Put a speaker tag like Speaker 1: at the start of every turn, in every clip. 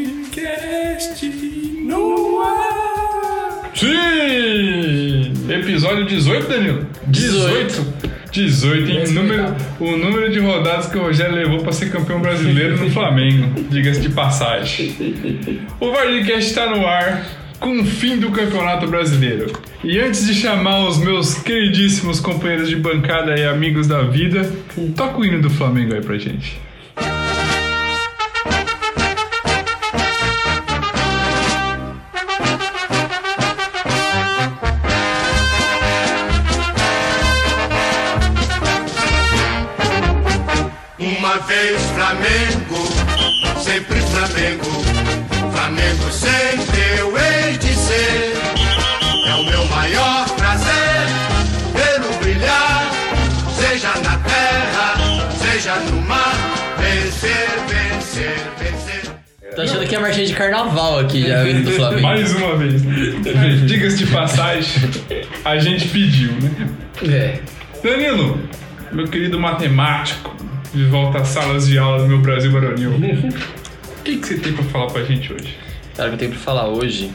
Speaker 1: Vardcast no ar.
Speaker 2: Sim! Episódio 18, Danilo?
Speaker 3: 18.
Speaker 2: 18, hein? O número, o número de rodadas que o Rogério levou para ser campeão brasileiro no Flamengo, diga-se de passagem. O Vardcast está no ar com o fim do Campeonato Brasileiro. E antes de chamar os meus queridíssimos companheiros de bancada e amigos da vida, toca o hino do Flamengo aí pra gente.
Speaker 4: Uma vez Flamengo, sempre Flamengo. Flamengo sempre eu hei de ser. É o meu maior prazer vê-lo brilhar, seja na terra, seja no mar. Vencer, vencer, vencer.
Speaker 3: Tô achando que é marchinha de carnaval aqui já, vindo do Flamengo.
Speaker 2: Mais uma vez. Diga-se de passagem, a gente pediu, né?
Speaker 3: É.
Speaker 2: Danilo, meu querido matemático, de volta às salas de aula do meu Brasil Baronil. O que, que você tem pra falar pra gente hoje?
Speaker 3: Cara, o que eu tenho pra falar hoje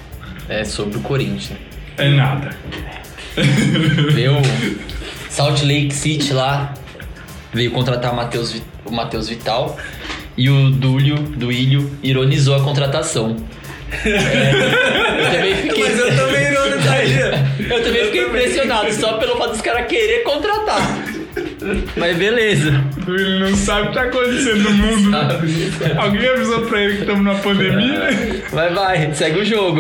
Speaker 3: é sobre o Corinthians.
Speaker 2: É nada.
Speaker 3: Veio Salt Lake City lá, veio contratar o Matheus Vi- o Matheus Vital e o Dúlio, Duílio, ironizou a contratação. É, eu também fiquei...
Speaker 5: Mas eu também ironizaria.
Speaker 3: Eu também fiquei impressionado, só pelo fato dos caras querer contratar. Mas beleza.
Speaker 2: Ele não sabe o que tá acontecendo no mundo. Alguém avisou pra ele que estamos na pandemia?
Speaker 3: Vai, vai, segue o jogo.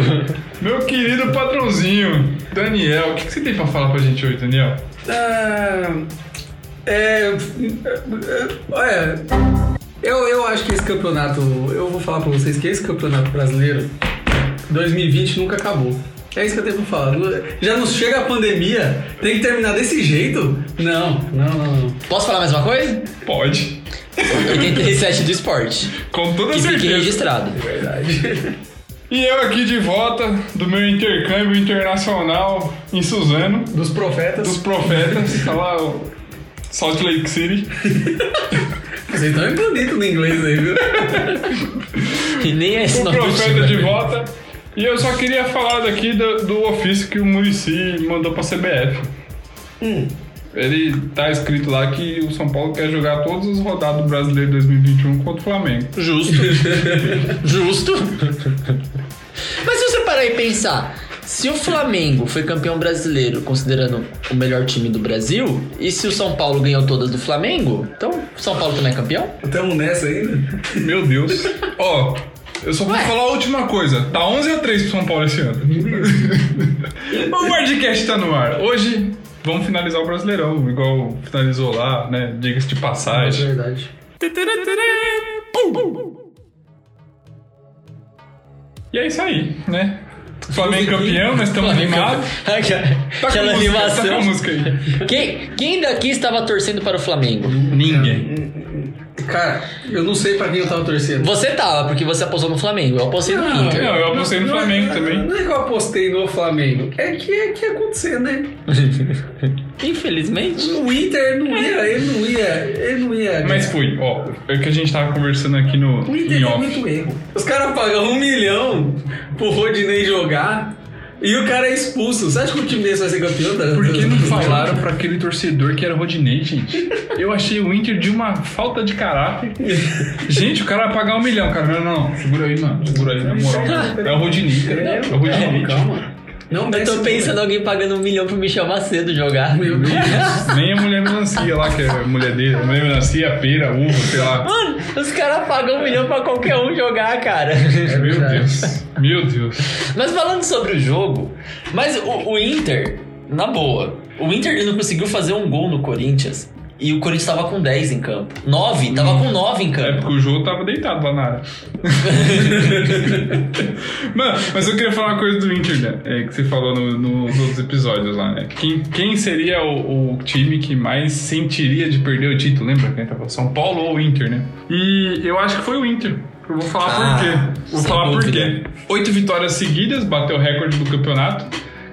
Speaker 2: Meu querido patrãozinho, Daniel, o que, que você tem pra falar pra gente hoje, Daniel?
Speaker 5: Ah, é, é, olha, eu, eu acho que esse campeonato, eu vou falar pra vocês que esse campeonato brasileiro, 2020 nunca acabou. É isso que eu tenho pra falar. Já não chega a pandemia, tem que terminar desse jeito? Não, não, não, não.
Speaker 3: Posso falar mais uma coisa?
Speaker 2: Pode.
Speaker 3: 87 do esporte.
Speaker 2: Com toda
Speaker 3: Que é fique
Speaker 2: certeza.
Speaker 3: registrado.
Speaker 2: E eu aqui de volta do meu intercâmbio internacional em Suzano,
Speaker 5: Dos profetas.
Speaker 2: dos profetas, tá lá o Salt Lake City.
Speaker 5: Vocês estão em bonito no inglês aí, viu?
Speaker 3: Que nem é esse
Speaker 2: O
Speaker 3: nome do
Speaker 2: profeta
Speaker 3: time.
Speaker 2: de volta. E eu só queria falar daqui do, do ofício que o Murici mandou pra CBF. Ele tá escrito lá que o São Paulo quer jogar todas as rodadas do Brasileiro 2021 contra o Flamengo.
Speaker 3: Justo. Justo. Mas se você parar e pensar, se o Flamengo foi campeão brasileiro, considerando o melhor time do Brasil, e se o São Paulo ganhou todas do Flamengo, então o São Paulo também é campeão?
Speaker 5: Estamos nessa ainda?
Speaker 2: Meu Deus. Ó, eu só vou
Speaker 3: Ué.
Speaker 2: falar a última coisa. Tá 11 a 3 pro São Paulo esse ano. o podcast tá no ar. Hoje vamos finalizar o Brasileirão, igual finalizou lá, né? Diga-se de passagem.
Speaker 5: verdade.
Speaker 2: E é isso aí, né? Flamengo campeão, nós estamos
Speaker 3: Flamengo
Speaker 2: animados.
Speaker 3: Aquela,
Speaker 2: Tá com
Speaker 3: aquela
Speaker 2: música, tá com a
Speaker 3: animação.
Speaker 2: música aí.
Speaker 3: Quem, quem daqui estava torcendo para o Flamengo?
Speaker 2: Ninguém.
Speaker 5: Cara, eu não sei pra quem eu tava torcendo.
Speaker 3: Você tava, porque você apostou no Flamengo. Eu apostei no
Speaker 5: Não,
Speaker 3: Inter.
Speaker 2: Não, eu apostei no
Speaker 5: Não,
Speaker 2: Flamengo
Speaker 5: não,
Speaker 2: também.
Speaker 5: Não é que eu apostei no Flamengo, é que é que ia acontecer, né?
Speaker 3: Infelizmente.
Speaker 5: O Inter não ia, ele não ia, ele não ia.
Speaker 2: É. Mas
Speaker 5: ganhar.
Speaker 2: fui, ó, é o que a gente tava conversando aqui no
Speaker 5: o Inter
Speaker 2: em
Speaker 5: tem
Speaker 2: off.
Speaker 5: muito erro. Os caras pagam um milhão pro Rodinei jogar e o cara é expulso. Você acha que o time desse vai ser campeão? da-
Speaker 2: Por que não
Speaker 5: da-
Speaker 2: falaram pra aquele torcedor que era Rodinei, gente? Eu achei o Inter de uma falta de caráter. Gente, o cara vai pagar um milhão, cara. Não, não, não. Segura aí, mano. Segura aí, na moral. É o Rodinei, cara. É o Rodinei.
Speaker 5: Calma. Não,
Speaker 3: Eu tô
Speaker 5: desce,
Speaker 3: pensando
Speaker 5: não.
Speaker 3: alguém pagando um milhão pro Michel Macedo jogar.
Speaker 5: Meu Deus.
Speaker 2: Nem a mulher melancia lá, que é a mulher dele. A mulher melancia, a pera, a uva, sei lá.
Speaker 3: Mano, os caras pagam um milhão pra qualquer um jogar, cara.
Speaker 5: É
Speaker 2: Meu
Speaker 5: verdade.
Speaker 2: Deus. Meu Deus.
Speaker 3: Mas falando sobre o jogo, mas o, o Inter, na boa, o Inter ele não conseguiu fazer um gol no Corinthians. E o Corinthians tava com 10 em campo. 9, tava com 9 em
Speaker 2: É
Speaker 3: campo.
Speaker 2: porque o jogo tava deitado lá na área. Mano, mas eu queria falar uma coisa do Inter, né? É, que você falou no- nos outros episódios lá, né? Quem, quem seria o, o time que mais sentiria de perder o título? Lembra que a gente tava falando? São Paulo ou Inter, né? E eu acho que foi o Inter. Eu vou falar
Speaker 3: Ah,
Speaker 2: por quê. Vou
Speaker 3: sem
Speaker 2: falar por
Speaker 3: dúvida.
Speaker 2: quê. Oito vitórias seguidas, bateu o recorde do campeonato.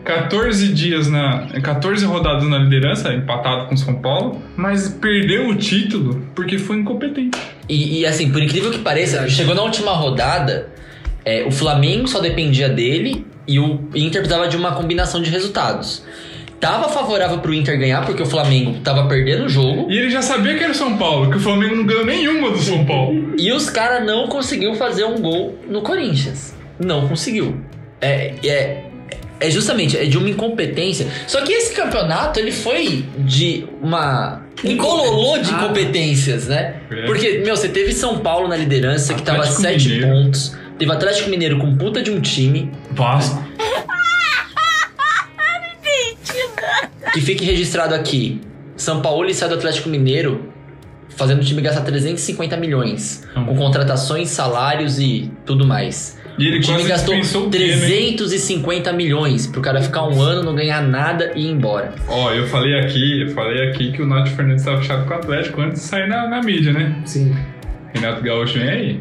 Speaker 2: 14 dias na. 14 rodadas na liderança, empatado com São Paulo, mas perdeu o título porque foi incompetente.
Speaker 3: E, e, assim, por incrível que pareça, chegou na última rodada, é, o Flamengo só dependia dele e o Inter precisava de uma combinação de resultados. Tava favorável pro Inter ganhar, porque o Flamengo tava perdendo o jogo.
Speaker 2: E ele já sabia que era o São Paulo, que o Flamengo não ganhou nenhuma do São Paulo.
Speaker 3: E os caras não conseguiu fazer um gol no Corinthians. Não conseguiu. É, é, é justamente, é de uma incompetência. Só que esse campeonato, ele foi de uma... Encololou de
Speaker 5: Ah.
Speaker 3: competências, né?
Speaker 2: É.
Speaker 3: Porque, meu, você teve São Paulo na liderança, que tava
Speaker 2: Atlético
Speaker 3: 7
Speaker 2: Mineiro.
Speaker 3: pontos. Teve Atlético Mineiro com puta de um time.
Speaker 2: Vasco.
Speaker 3: Que fique registrado aqui. São Paulo sai do Atlético Mineiro fazendo o time gastar 350 milhões.
Speaker 2: Hum.
Speaker 3: Com contratações, salários e tudo mais.
Speaker 2: E ele
Speaker 3: o time
Speaker 2: quase
Speaker 3: gastou
Speaker 2: dispensou o né? Grêmio, hein?
Speaker 3: 350 milhões pro cara ficar um ano, não ganhar nada e ir embora.
Speaker 2: Ó, eu falei aqui, eu falei aqui que o Nath Fernandes tava fechado com o Atlético antes de sair na, na mídia, né?
Speaker 5: Sim.
Speaker 2: Renato Gaúcho vem aí.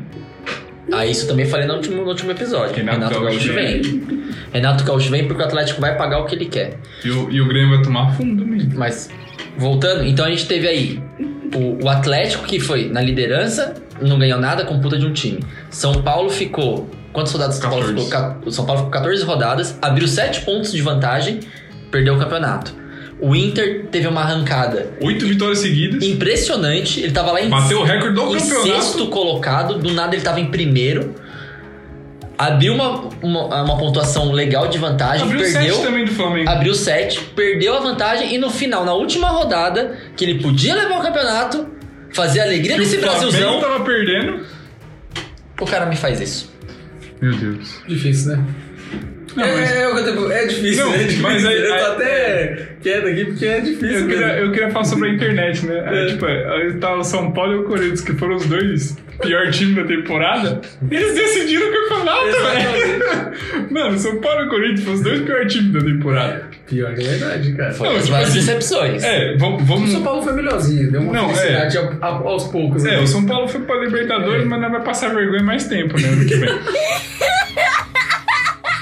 Speaker 3: Ah, isso eu também falei no último, no último episódio.
Speaker 2: Renato Gaúcho é.
Speaker 3: Renato Gaúcho vem porque o Atlético vai pagar o que ele quer.
Speaker 2: E o, e o Grêmio vai tomar fundo mesmo.
Speaker 3: Mas, voltando, então a gente teve aí o, o Atlético, que foi na liderança, não ganhou nada com puta de um time. São Paulo ficou. Quantas rodadas São Paulo
Speaker 2: 14.
Speaker 3: ficou? Ca- O São Paulo ficou 14 rodadas, abriu 7 pontos de vantagem, perdeu o campeonato. O Inter teve uma arrancada
Speaker 2: Oito vitórias seguidas.
Speaker 3: impressionante, ele tava lá em,
Speaker 2: Bateu o recorde do
Speaker 3: em
Speaker 2: campeonato.
Speaker 3: sexto colocado, do nada ele tava em primeiro. Abriu uma, uma, uma pontuação legal de vantagem,
Speaker 2: Abriu
Speaker 3: perdeu
Speaker 2: sete também do Flamengo.
Speaker 3: abriu 7, perdeu a vantagem e no final, na última rodada, que ele podia levar o campeonato, fazer a alegria
Speaker 2: Que
Speaker 3: desse
Speaker 2: o Flamengo tá-
Speaker 3: Brasilzão,
Speaker 2: tava perdendo.
Speaker 3: o cara me faz isso.
Speaker 2: Meu Deus.
Speaker 5: Difícil, né?
Speaker 2: Não,
Speaker 5: é,
Speaker 2: mas-
Speaker 5: é o que eu tenho- é difícil,
Speaker 2: Não,
Speaker 5: né? É difícil.
Speaker 2: mas aí-
Speaker 5: eu tô
Speaker 2: aí-
Speaker 5: até quieto aqui porque é difícil.
Speaker 2: Eu queria,
Speaker 5: mesmo.
Speaker 2: eu queria falar sobre a internet, né? Aí,
Speaker 5: É.
Speaker 2: Tipo, aí tá o São Paulo e o Corinthians, que foram os dois pior time da temporada. Eles decidiram o campeonato, velho. Mano, São Paulo e o Corinthians foram os dois pior times da temporada.
Speaker 5: Pior que é verdade, cara.
Speaker 3: Foi
Speaker 2: Não,
Speaker 3: as
Speaker 2: tipo
Speaker 3: várias
Speaker 2: assim,
Speaker 3: decepções.
Speaker 2: É, vamos.
Speaker 5: O
Speaker 2: vamos-
Speaker 5: São Paulo foi melhorzinho, deu uma
Speaker 2: Não, é.
Speaker 5: felicidade ao- ao- aos poucos.
Speaker 2: É,
Speaker 5: né?
Speaker 2: o São Paulo foi pra
Speaker 3: É.
Speaker 2: Libertadores, mas não vai passar vergonha mais tempo, né? Ano que vem.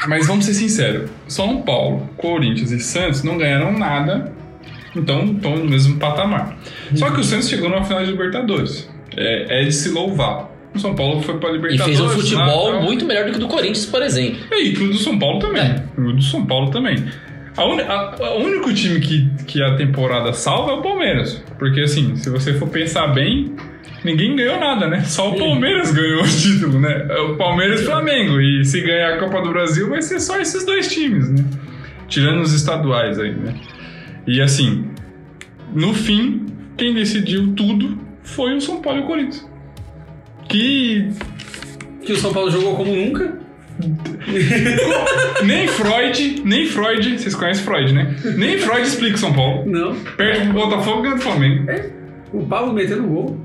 Speaker 2: mas vamos ser sinceros: São Paulo, Corinthians e Santos não ganharam nada, então estão no mesmo patamar.
Speaker 3: Uhum.
Speaker 2: Só que o Santos chegou numa final de Libertadores. É, é de se louvar. O São Paulo foi pra
Speaker 3: E
Speaker 2: Libertadores.
Speaker 3: fez um
Speaker 2: lá,
Speaker 3: futebol
Speaker 2: tá né, tal.
Speaker 3: muito melhor do que o do Corinthians, por exemplo.
Speaker 2: É, E que o do São Paulo também.
Speaker 3: É.
Speaker 2: O do São Paulo também. A uni- a- O único time que, que a temporada salva é o Palmeiras. Porque, assim, se você for pensar bem, ninguém ganhou nada, né? Só o Palmeiras ganhou o título, né? É O Palmeiras e o Flamengo. E se ganhar a Copa do Brasil, vai ser só esses dois times, né? Tirando os estaduais aí, né? E, assim, no fim, quem decidiu tudo foi o São Paulo e o Corinthians. Que
Speaker 5: Que o São Paulo jogou como nunca.
Speaker 2: Nem Freud, nem Freud, vocês conhecem Freud, né? Nem Freud explica o São Paulo.
Speaker 5: Não.
Speaker 2: Perde pro Botafogo e ganha do Flamengo.
Speaker 5: O Pablo metendo gol.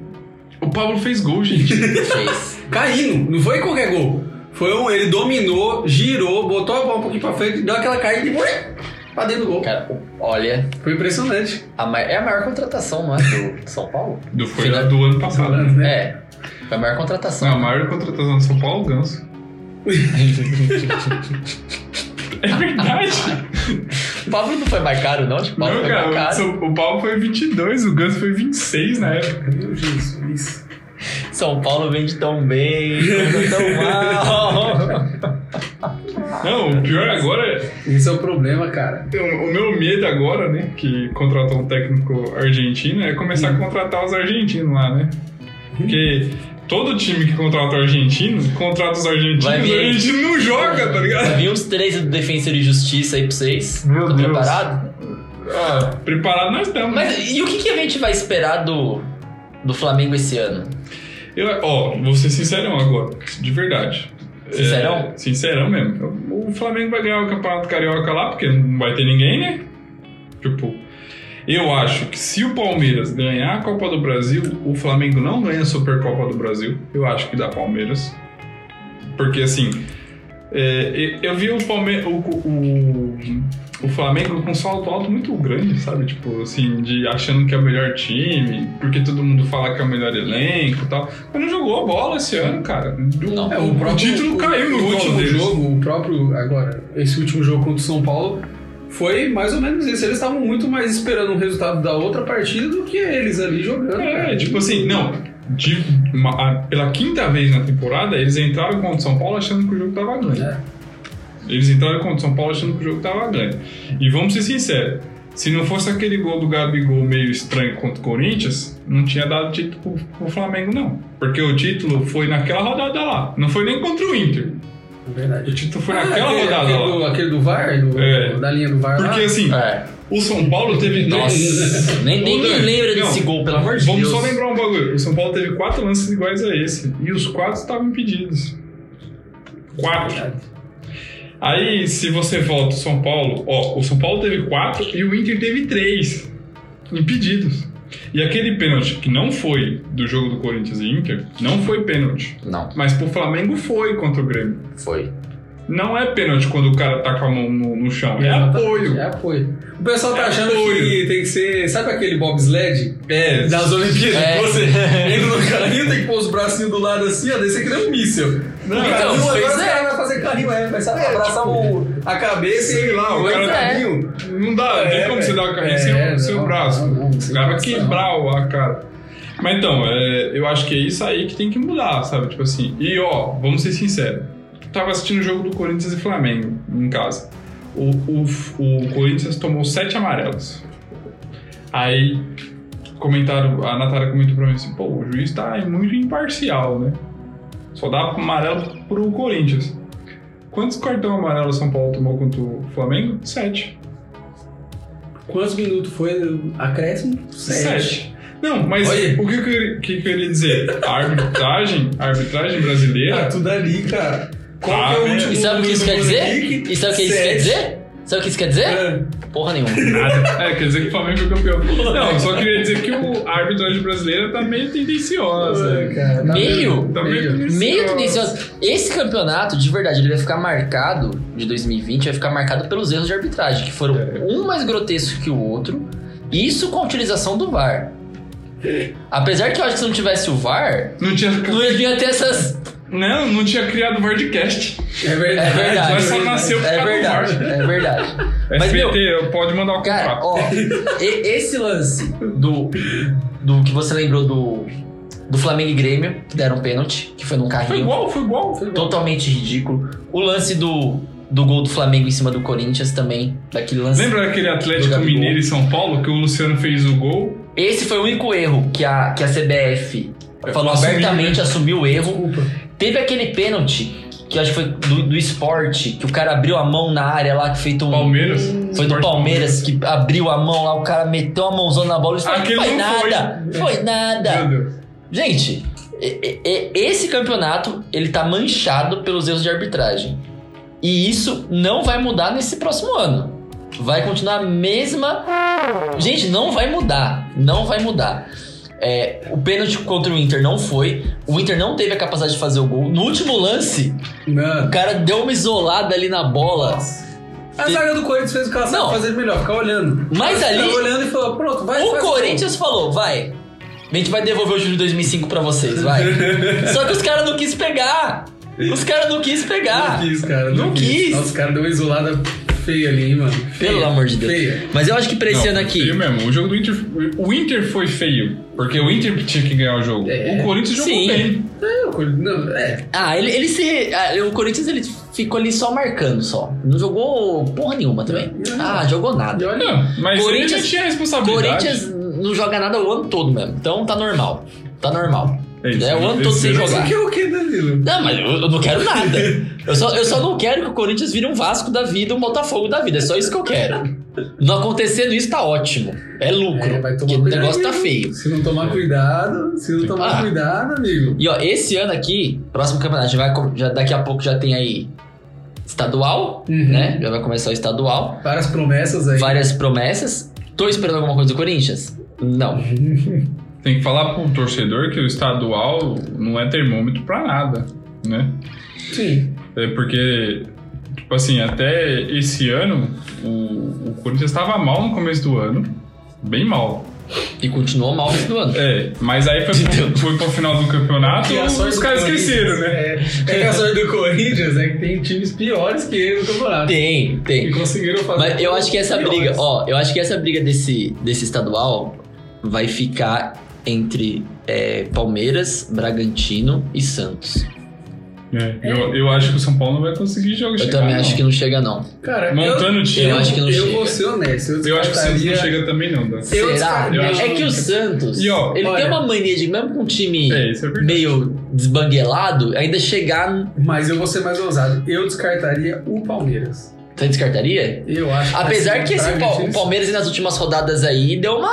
Speaker 2: O Pablo fez gol, gente.
Speaker 3: Fez.
Speaker 5: Caindo. Não foi qualquer gol. Foi um. Ele dominou, girou, botou a bola um pouquinho pra frente, deu aquela caída e. ué, Pra dentro do gol.
Speaker 3: Cara, olha,
Speaker 5: Foi impressionante.
Speaker 3: a ma- é a maior contratação, não é? Do São Paulo?
Speaker 2: Do, foi
Speaker 3: Final-
Speaker 2: do ano passado, né?
Speaker 3: É. Foi a maior contratação.
Speaker 2: Não, a maior contratação do São Paulo, o Ganso. É verdade.
Speaker 3: O Pablo não foi mais caro, não? Acho que o Pablo
Speaker 2: Não,
Speaker 3: foi mais
Speaker 2: cara, o,
Speaker 3: caro.
Speaker 2: São- o Paulo foi 22, o Ganso foi 26 na época.
Speaker 5: Meu Jesus.
Speaker 3: São Paulo vende tão bem, vende tão mal.
Speaker 2: Não, o pior agora é.
Speaker 5: Esse é o problema, cara.
Speaker 2: Então, O o meu medo agora, né, que contratou um técnico argentino, é começar a contratar os argentinos lá, né? Porque todo time que contrata argentino, contrata os argentinos,
Speaker 3: Vai
Speaker 2: o
Speaker 3: vir.
Speaker 2: argentino não joga, tá
Speaker 3: Já
Speaker 2: ligado?
Speaker 3: vi uns três do Defensor e Justiça aí pra vocês.
Speaker 2: Meu
Speaker 3: Tô
Speaker 2: Deus.
Speaker 3: preparado?
Speaker 2: Ah, Preparado nós estamos. né?
Speaker 3: Mas e o que, que a gente vai esperar do, do Flamengo esse ano?
Speaker 2: Eu, ó, vou ser sincerão agora, de verdade.
Speaker 3: Sincerão?
Speaker 2: É, sincerão mesmo. O Flamengo vai ganhar o Campeonato Carioca lá, porque não vai ter ninguém, né? Tipo, eu acho que se o Palmeiras ganhar a Copa do Brasil, o Flamengo não ganha a Supercopa do Brasil. Eu acho que dá Palmeiras. Porque assim, é, eu eu vi o Palmeiras. O, o, o Flamengo com um salto alto muito grande, sabe? Tipo, assim, de achando que é o melhor time, porque todo mundo fala que é o melhor elenco e tal. Mas não jogou a bola esse ano, cara. Do-
Speaker 3: Não.
Speaker 5: É,
Speaker 2: o, título caiu
Speaker 5: o
Speaker 2: no último
Speaker 5: último
Speaker 2: deles.
Speaker 5: jogo, o próprio. Agora, esse último jogo contra o São Paulo foi mais ou menos isso. Eles um estavam muito mais esperando o resultado da outra partida do que eles ali jogando.
Speaker 2: É,
Speaker 5: cara.
Speaker 2: tipo assim, não. de uma- a- pela quinta vez na temporada, eles entraram contra o São Paulo achando que o jogo tava ganho.
Speaker 5: É.
Speaker 2: Eles entraram contra o São Paulo achando que o jogo tava ganho. E vamos ser sinceros, se não fosse aquele gol do Gabigol meio estranho contra o Corinthians, não tinha dado título pro, pro Flamengo, não. Porque o título foi naquela rodada lá. Não foi nem contra o Inter.
Speaker 5: É
Speaker 2: O
Speaker 5: verdade.
Speaker 2: título foi naquela
Speaker 5: é, aquele,
Speaker 2: rodada
Speaker 5: aquele do,
Speaker 2: lá.
Speaker 5: aquele do VAR, do-
Speaker 2: É.
Speaker 5: da linha do VAR
Speaker 2: Porque
Speaker 5: lá.
Speaker 2: assim,
Speaker 3: É.
Speaker 2: o São Paulo teve
Speaker 3: Nossa, nem, nem
Speaker 2: Ô,
Speaker 3: me
Speaker 2: Dani, não,
Speaker 3: lembra desse gol, pelo amor de
Speaker 2: Vamos
Speaker 3: Deus.
Speaker 2: só lembrar um bagulho. O São Paulo teve quatro lances iguais a esse. E os quatro estavam impedidos. Quatro. Aí, se você volta o São Paulo, ó, o São Paulo teve quatro e o Inter teve três impedidos. E aquele pênalti que não foi do jogo do Corinthians e Inter, não foi pênalti.
Speaker 3: Não,
Speaker 2: Mas pro Flamengo foi contra o Grêmio.
Speaker 3: foi.
Speaker 2: Não é pênalti quando o cara tá com a mão no, no chão. É
Speaker 5: Exatamente,
Speaker 2: apoio.
Speaker 5: É apoio. O pessoal tá
Speaker 2: É
Speaker 5: achando
Speaker 2: apoio.
Speaker 5: que tem que ser. Sabe aquele bobsled?
Speaker 2: É,
Speaker 5: Das Olimpíadas,
Speaker 3: É.
Speaker 5: que você entra no carrinho, tem que pôr os bracinhos do lado assim, ó, descer que nem um míssil.
Speaker 2: Não,
Speaker 5: O
Speaker 2: então,
Speaker 5: carrinho, agora
Speaker 3: pois
Speaker 5: o cara vai fazer carrinho, é, vai sabe, abraçar o- a cabeça
Speaker 2: Sei
Speaker 5: e é.
Speaker 2: lá, o
Speaker 5: vai
Speaker 2: cara-
Speaker 5: carrinho.
Speaker 2: Não dá,
Speaker 5: É,
Speaker 2: tem como você
Speaker 5: velho.
Speaker 2: dar o carrinho
Speaker 5: É,
Speaker 2: sem o
Speaker 5: não,
Speaker 2: seu braço.
Speaker 5: não, não,
Speaker 2: o cara vai
Speaker 5: sem
Speaker 2: quebrar o- a cara. Mas então, é, eu acho que é isso aí que tem que mudar, sabe? Tipo assim, e ó, vamos ser sinceros. Tava assistindo o jogo do Corinthians e Flamengo em casa. O, o, o Corinthians tomou sete amarelos. Aí comentaram, a Natália comentou pra mim assim, pô, o juiz tá muito imparcial, né? Só dá amarelo pro Corinthians. Quantos cartão amarelo o São Paulo tomou contra o Flamengo? Sete.
Speaker 5: Quantos minutos foi? Acréscimo?
Speaker 2: Sete. Não, mas
Speaker 5: Olha.
Speaker 2: o que eu, queria- o que eu queria dizer? A arbitragem, a arbitragem
Speaker 5: Tá
Speaker 2: brasileira.
Speaker 5: tudo ali, cara. Qual
Speaker 2: Ah,
Speaker 5: que é o
Speaker 2: velho.
Speaker 5: último
Speaker 3: E sabe o que isso quer
Speaker 5: minuto do
Speaker 3: dizer?
Speaker 5: Henrique?
Speaker 3: E sabe o que isso quer
Speaker 5: Sete.
Speaker 3: dizer? Sabe o que isso quer dizer?
Speaker 5: É.
Speaker 3: Porra nenhuma.
Speaker 2: Nada. É, quer dizer que o Flamengo foi campeão. Não, eu só queria dizer que o, a arbitragem brasileira tá meio tendenciosa.
Speaker 5: É, cara, tá
Speaker 3: Meio?
Speaker 5: vendo?
Speaker 2: Tá meio tendenciosa.
Speaker 3: Meio tendencioso. Esse campeonato, de verdade, ele vai ficar marcado, de 2020, vai ficar marcado pelos erros de arbitragem, que foram
Speaker 2: É.
Speaker 3: um mais grotesco que o outro, isso com a utilização do VAR. Apesar que eu acho que se não tivesse o VAR,
Speaker 2: Não tinha,
Speaker 3: não ia ter essas.
Speaker 2: não, não tinha criado o Wordcast.
Speaker 5: É verdade.
Speaker 3: É verdade.
Speaker 2: Mas só nasceu por
Speaker 3: É
Speaker 2: causa do
Speaker 3: verdade,
Speaker 2: VAR.
Speaker 3: é verdade. Mas, meu,
Speaker 2: SBT, pode mandar o
Speaker 3: Cara,
Speaker 2: contrato.
Speaker 3: ó, e- esse lance do, do que você lembrou do, do Flamengo e Grêmio, que deram um pênalti, que foi num
Speaker 2: Foi
Speaker 3: carrinho
Speaker 2: igual, foi igual. Foi igual.
Speaker 3: totalmente ridículo. O lance do, do gol do Flamengo em cima do Corinthians também, daquele lance.
Speaker 2: Lembra daquele Atlético
Speaker 3: Gabigol.
Speaker 2: Mineiro e São Paulo que o Luciano fez o gol?
Speaker 3: Esse foi o único erro que a, que a CBF falou
Speaker 2: Assumiu,
Speaker 3: abertamente, assumiu o erro.
Speaker 5: Desculpa.
Speaker 3: Teve aquele pênalti, que eu acho que foi do, do esporte, que o cara abriu a mão na área lá, que feito um.
Speaker 2: Palmeiras?
Speaker 3: Foi do
Speaker 2: Sport
Speaker 3: Palmeiras que abriu a mão lá, o cara meteu a mãozona na bola e falou,
Speaker 2: Aquele
Speaker 3: não foi
Speaker 2: não foi.
Speaker 3: nada, não foi
Speaker 2: Meu
Speaker 3: nada.
Speaker 2: Deus.
Speaker 3: Gente, e- e- esse campeonato, ele tá manchado pelos erros de arbitragem. E isso não vai mudar nesse próximo ano. Vai continuar a mesma... Gente, não vai mudar, não vai mudar. É, o pênalti contra o Inter não foi, o Inter não teve a capacidade de fazer o gol. No último lance, o
Speaker 2: Né?
Speaker 5: Mano.
Speaker 3: cara deu uma isolada ali na bola.
Speaker 5: A zaga do Corinthians fez o que ela
Speaker 3: Não.
Speaker 5: sabe fazer de melhor, ficar olhando.
Speaker 3: Mas
Speaker 5: Ela
Speaker 3: ali-
Speaker 5: Ficava olhando e falou, pronto, vai.
Speaker 3: O
Speaker 5: faz
Speaker 3: Um Corinthians falou, vai. A gente vai devolver o Júlio 2005 pra vocês, vai. Só que os caras não quis pegar. Os caras não quis
Speaker 5: Não
Speaker 3: pegar.
Speaker 5: quis, cara.
Speaker 3: Ah, Não quis.
Speaker 5: Nossa, o cara deu uma isolada feia ali, hein, mano. Feia,
Speaker 3: Pelo amor de Deus.
Speaker 5: Feia.
Speaker 3: Mas eu acho que pra esse
Speaker 2: Não, foi
Speaker 3: ano
Speaker 2: Feio
Speaker 3: aqui.
Speaker 2: mesmo. O jogo do Inter. O Inter foi feio. Porque o Inter tinha que ganhar o jogo.
Speaker 5: É.
Speaker 2: O Corinthians jogou
Speaker 3: Sim.
Speaker 2: bem.
Speaker 5: É, o Corinthians- Não, é.
Speaker 3: Ah, ele, ele se. ah, o Corinthians ele ficou ali só marcando só. Não jogou porra nenhuma também.
Speaker 5: Não.
Speaker 3: Ah, jogou
Speaker 5: E
Speaker 3: nada.
Speaker 5: olha,
Speaker 2: Não, mas
Speaker 3: Corinthians-
Speaker 2: ele não tinha responsabilidade.
Speaker 3: Corinthians não joga nada o ano todo mesmo. Então tá normal. Tá normal.
Speaker 2: É isso,
Speaker 3: É o ano todo sem
Speaker 2: terceiro-
Speaker 5: você
Speaker 3: jogar.
Speaker 5: quer o que, Danilo?
Speaker 3: Não, mas eu, eu não quero nada. Eu só, eu só não quero que o Corinthians vire um Vasco da vida, um Botafogo da vida. É só isso que eu quero. Não acontecendo isso tá ótimo. É lucro.
Speaker 5: É, vai tomar
Speaker 3: porque o
Speaker 5: cuidado,
Speaker 3: negócio tá
Speaker 5: amigo.
Speaker 3: feio.
Speaker 5: Se não tomar cuidado, se não tomar
Speaker 3: Ah.
Speaker 5: cuidado, amigo.
Speaker 3: E ó, esse ano aqui, próximo campeonato, já vai, com- já, daqui a pouco já tem aí estadual,
Speaker 5: Uhum.
Speaker 3: né? Já vai começar o estadual.
Speaker 5: Várias promessas aí.
Speaker 3: Várias promessas. Tô esperando alguma coisa do Corinthians? Não.
Speaker 5: Uhum.
Speaker 2: Tem que falar pro torcedor que o estadual não é termômetro pra nada, né?
Speaker 5: Sim.
Speaker 2: É porque, tipo assim, até esse ano, o, o Corinthians estava mal no começo do ano. Bem mal.
Speaker 3: E continuou mal esse ano.
Speaker 2: É, mas aí foi pro, foi pro final do campeonato
Speaker 5: E a sorte
Speaker 2: os
Speaker 5: do
Speaker 2: caras
Speaker 5: Corinthians
Speaker 2: esqueceram, né?
Speaker 5: É, é que a sorte do Corinthians é que tem times piores que ele no campeonato.
Speaker 3: Tem, tem.
Speaker 5: E conseguiram fazer.
Speaker 3: Mas eu acho que essa
Speaker 5: piores.
Speaker 3: briga, ó, eu acho que essa briga desse, desse estadual vai ficar entre é, Palmeiras, Bragantino e Santos.
Speaker 2: É, Eu, eu acho que o São Paulo não vai conseguir jogar.
Speaker 3: Eu também acho que não chega, não.
Speaker 5: Cara,
Speaker 2: Montando
Speaker 5: eu,
Speaker 2: o time.
Speaker 5: Eu,
Speaker 3: Eu acho que não
Speaker 5: eu
Speaker 3: chega.
Speaker 5: vou ser honesto. Eu,
Speaker 2: Eu acho que o Santos não
Speaker 5: descartaria-
Speaker 2: chega também, não, Dan.
Speaker 5: Eu
Speaker 3: Será?
Speaker 5: descartaria-
Speaker 2: acho
Speaker 3: é que o Santos,
Speaker 2: E, ó,
Speaker 3: ele
Speaker 5: olha-
Speaker 3: tem uma mania de, mesmo com um time
Speaker 2: É, isso é verdade.
Speaker 3: meio desbanguelado, ainda chegar.
Speaker 5: Mas eu vou ser mais ousado. Eu descartaria o Palmeiras.
Speaker 3: Você descartaria?
Speaker 5: Eu acho que assim,
Speaker 3: Apesar
Speaker 5: vai ser
Speaker 3: que esse Pal-
Speaker 5: Bragantino-
Speaker 3: o Palmeiras nas últimas rodadas aí deu uma.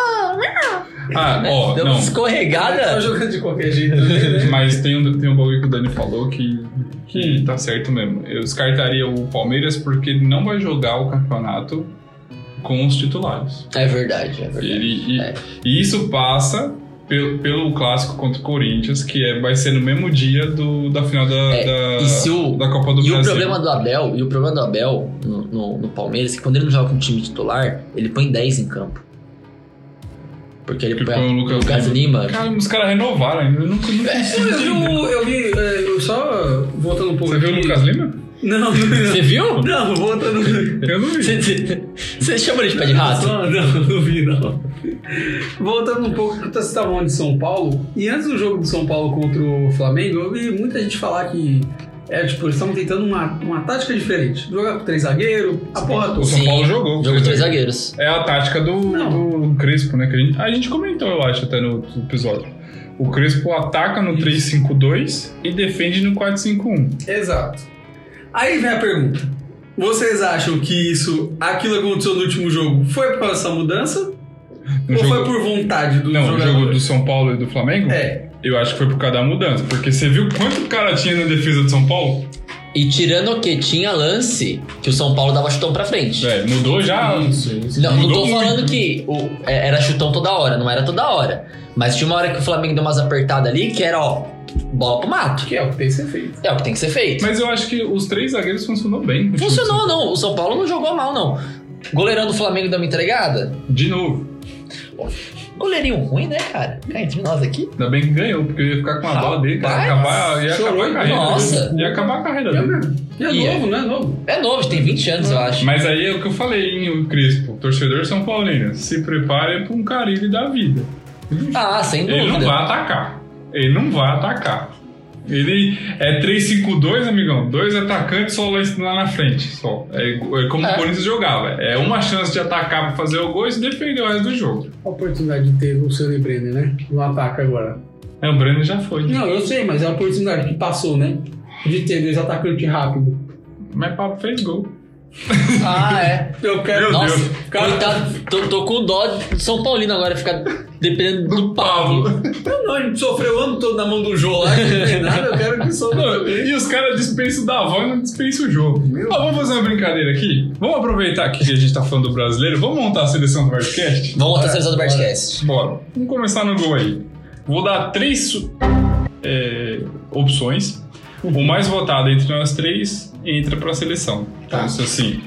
Speaker 2: Ah, ó,
Speaker 3: deu
Speaker 2: não.
Speaker 3: uma
Speaker 5: Tá
Speaker 3: escorregada.
Speaker 5: jogando de qualquer jeito. né?
Speaker 2: Mas tem um, tem um bagulho que o Dani falou que, que tá certo mesmo. Eu descartaria o Palmeiras porque ele não vai jogar o campeonato com os titulares.
Speaker 3: É verdade, é verdade.
Speaker 2: Ele, e,
Speaker 3: É.
Speaker 2: e isso passa pelo, pelo clássico contra o Corinthians, que é, vai ser no mesmo dia do, da final da,
Speaker 3: É,
Speaker 2: da,
Speaker 3: e se o-
Speaker 2: da Copa do
Speaker 3: E
Speaker 2: Brasil.
Speaker 3: o problema do Abel, e o problema do Abel no, no- no Palmeiras é que quando ele não joga com o time titular, ele põe 10 em campo. Porque ele
Speaker 2: Que
Speaker 3: põe
Speaker 2: foi o
Speaker 3: o
Speaker 2: Lucas
Speaker 3: Lucas, Lima.
Speaker 2: Cara, os caras renovaram ainda. Eu nunca,
Speaker 3: É,
Speaker 2: nunca
Speaker 5: Pô, Eu
Speaker 3: um-
Speaker 5: vi,
Speaker 2: consegui.
Speaker 5: o- eu vi é, eu só voltando um pouco.
Speaker 2: Você viu o
Speaker 5: aqui.
Speaker 2: Lucas Lima?
Speaker 5: Não, não, não.
Speaker 3: Você viu?
Speaker 5: Não, voltando.
Speaker 2: Eu não vi.
Speaker 3: Você- Você você chama ele Tá de pé de rato?
Speaker 5: Não, não, não vi, não. Voltando um pouco que vocês estavam de São Paulo, e antes do jogo do São Paulo contra o Flamengo, eu vi muita gente falar que é, tipo, eles estavam tentando uma, uma tática diferente. Jogar com três zagueiros, a porra
Speaker 2: O
Speaker 5: toda.
Speaker 2: São
Speaker 3: Sim,
Speaker 2: Paulo jogou.
Speaker 3: Jogo de três zagueiros.
Speaker 2: É a tática do,
Speaker 5: Não.
Speaker 2: do Crespo, né? Que a, gente, a gente comentou, eu acho, até no outro episódio. O Crespo ataca no 3-5-2 e defende no 4-5-1.
Speaker 5: Exato. Aí vem a pergunta. Vocês acham que isso, aquilo que aconteceu no último jogo, foi por causa dessa mudança?
Speaker 2: No
Speaker 5: ou
Speaker 2: jogo-
Speaker 5: foi por vontade do
Speaker 2: Não, o
Speaker 5: jogador?
Speaker 2: jogo do São Paulo e do Flamengo?
Speaker 5: É.
Speaker 2: Eu acho que foi por causa da mudança. Porque você viu quanto cara tinha na defesa do São Paulo?
Speaker 3: E tirando o que tinha lance, que o São Paulo dava chutão pra frente.
Speaker 2: É, mudou já.
Speaker 3: Não, não
Speaker 2: Mudou
Speaker 3: tô falando
Speaker 2: muito. né?
Speaker 3: que o- é- era chutão toda hora, não era toda hora. Mas tinha uma hora que o Flamengo deu umas apertadas ali, que era, ó, bola pro mato.
Speaker 5: Que é o que tem que ser feito.
Speaker 3: É o que tem que ser feito.
Speaker 2: Mas eu acho que os três zagueiros funcionou bem. no time do São
Speaker 3: Funcionou, não. O São Paulo não jogou mal, não. Goleirão do Flamengo deu uma entregada?
Speaker 2: Paulo. De novo.
Speaker 3: Goleirinho ruim, né, cara? Cá entre nós aqui.
Speaker 2: Ainda bem que ganhou, porque eu ia ficar com a dó dele, cara.
Speaker 3: Rapaz,
Speaker 2: Acabar, ia
Speaker 5: chorou,
Speaker 2: acabar a carreira
Speaker 3: nossa.
Speaker 2: dele. Ia acabar a carreira
Speaker 5: É
Speaker 2: dele.
Speaker 5: mesmo. E é
Speaker 3: E é.
Speaker 5: novo, não é novo.
Speaker 3: É novo, tem 20 anos, eu acho.
Speaker 2: Mas aí é o que eu falei, hein, o Crespo, torcedor São Paulino, se prepare para um carilho da vida.
Speaker 3: Ah, sem dúvida.
Speaker 2: Ele não vai atacar. Ele não vai atacar. Ele é 3-5-2, amigão. Dois atacantes só lá, lá na frente. Só. É, igu- é como
Speaker 3: É.
Speaker 2: o Corinthians jogava. É uma chance de atacar pra fazer o gol e se defender o resto do jogo.
Speaker 5: A oportunidade de ter o seu Brenner, né? No ataque agora.
Speaker 2: É, o Breno já foi.
Speaker 5: Não, eu sei, mas é a oportunidade que passou, né? De ter dois atacantes rápidos.
Speaker 2: Mas papo fez gol.
Speaker 3: Ah, é.
Speaker 5: Eu quero.
Speaker 3: Nossa,
Speaker 2: Deus.
Speaker 5: Cara-
Speaker 3: coitado, tô, tô com dó do São Paulino agora, ficar dependendo do Pablo.
Speaker 5: Não, não, a gente sofreu o ano todo na mão do Jô lá, que não tem nada, eu quero que sou
Speaker 2: Não,
Speaker 5: também.
Speaker 2: e os caras dispensam da avó e não dispensam o jogo. Ó, vamos fazer uma brincadeira aqui? Vamos aproveitar que a gente tá falando do brasileiro. Vamos montar a seleção do podcast?
Speaker 3: Vamos montar a seleção do
Speaker 5: bora.
Speaker 3: Bartcast.
Speaker 2: Bora. Vamos começar no gol aí. Vou dar três su- é, opções. O mais votado entre nós três entra pra seleção. Então,
Speaker 5: Tá.
Speaker 2: se assim,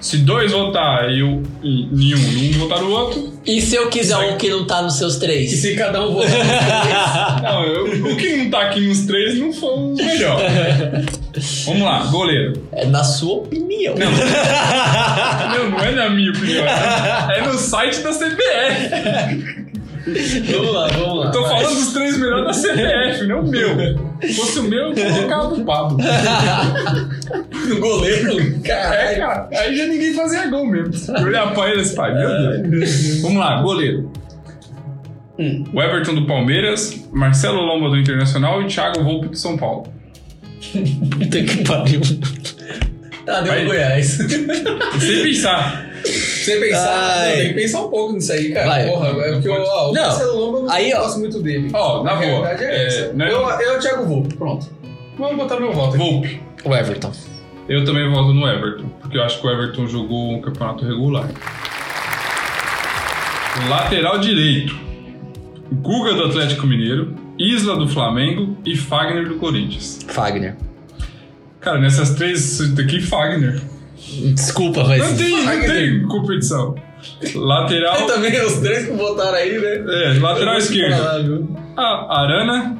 Speaker 2: se dois votar e, o, e nenhum, um votar no outro.
Speaker 3: E se eu quiser um que não tá nos seus
Speaker 5: E
Speaker 3: três?
Speaker 5: se cada um tá votar.
Speaker 2: Não, eu- o que não tá aqui nos três não foi o melhor. Vamos lá, goleiro.
Speaker 3: É na sua opinião.
Speaker 2: Não, não é na minha opinião. É no site da CBF.
Speaker 5: vamos lá, vamos lá.
Speaker 2: Tô falando dos três melhores da CBF, não o meu. Se fosse o meu, eu colocava o Pablo.
Speaker 5: do goleiro,
Speaker 2: É,
Speaker 5: caralho.
Speaker 2: cara, aí já ninguém fazia gol mesmo. Eu olhava pra ele assim, pai, meu Deus. Vamos lá, goleiro.
Speaker 5: Hum.
Speaker 2: O Everton do Palmeiras, Marcelo Lomba do Internacional e Thiago Volpe do São Paulo.
Speaker 3: Puta que pariu.
Speaker 5: Tá, deu
Speaker 2: Vai.
Speaker 5: um Goiás.
Speaker 2: Sem pensar.
Speaker 5: Você pensar,
Speaker 3: Ai.
Speaker 5: não, tem que pensar um pouco nisso aí, cara.
Speaker 3: Vai.
Speaker 5: Porra, é porque eu, ó, o
Speaker 3: Não.
Speaker 5: Marcelo Lomba eu não
Speaker 3: Aí, ó.
Speaker 5: gosto muito dele.
Speaker 2: Ó, na
Speaker 5: A
Speaker 2: boa,
Speaker 5: realidade é,
Speaker 2: é,
Speaker 5: essa.
Speaker 2: né?
Speaker 5: Eu, eu, Thiago Volpe, pronto. Vamos botar meu voto. aqui.
Speaker 2: Volpe.
Speaker 3: O Everton.
Speaker 2: Eu também voto no Everton, porque eu acho que o Everton jogou um campeonato regular. Lateral direito. Guga do Atlético Mineiro, Isla do Flamengo e Fagner do Corinthians.
Speaker 3: Fagner.
Speaker 2: Cara, nessas três daqui, Fagner.
Speaker 3: Desculpa, mas.
Speaker 2: Não tem, não tem competição.
Speaker 5: Aí
Speaker 2: Lateral.
Speaker 5: também os três que votaram aí, né?
Speaker 2: É, lateral
Speaker 5: Eu vou te
Speaker 2: esquerdo.
Speaker 5: falar, viu?
Speaker 2: Ah, Arana,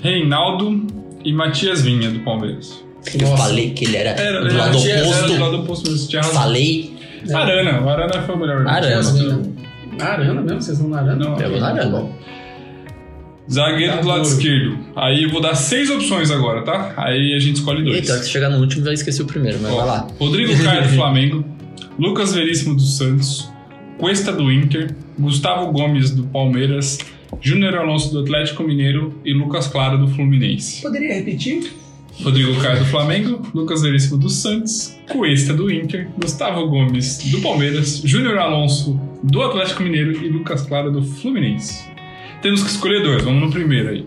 Speaker 2: Reinaldo e Matias Vinha do Palmeiras.
Speaker 3: Eu
Speaker 5: Nossa.
Speaker 3: falei que ele era,
Speaker 2: Era,
Speaker 3: do
Speaker 2: era-
Speaker 3: lado
Speaker 2: tinha- era do
Speaker 3: oposto.
Speaker 2: lado oposto, mas tinha razão.
Speaker 3: Falei.
Speaker 2: Arana, o Arana foi o melhor.
Speaker 3: Arana.
Speaker 5: Arana mesmo? Vocês estão na Arana?
Speaker 2: Não,
Speaker 3: Pegou na Arana.
Speaker 2: Zagueiro do lado
Speaker 5: Zagueiro.
Speaker 2: esquerdo. Aí eu vou dar seis opções agora, tá? Aí a gente escolhe dois.
Speaker 3: Eita, se chegar no último vai esquecer o primeiro, mas
Speaker 2: Ó,
Speaker 3: vai lá.
Speaker 2: Rodrigo Caio do Flamengo, Lucas Veríssimo do Santos, Cuesta do Inter, Gustavo Gomes do Palmeiras, Júnior Alonso do Atlético Mineiro e Lucas Claro do Fluminense.
Speaker 5: Poderia repetir?
Speaker 2: Rodrigo Caio do Flamengo, Lucas Veríssimo do Santos, Cuesta do Inter, Gustavo Gomes do Palmeiras, Júnior Alonso do Atlético Mineiro e Lucas Claro do Fluminense. Temos que escolher dois, vamos no primeiro aí.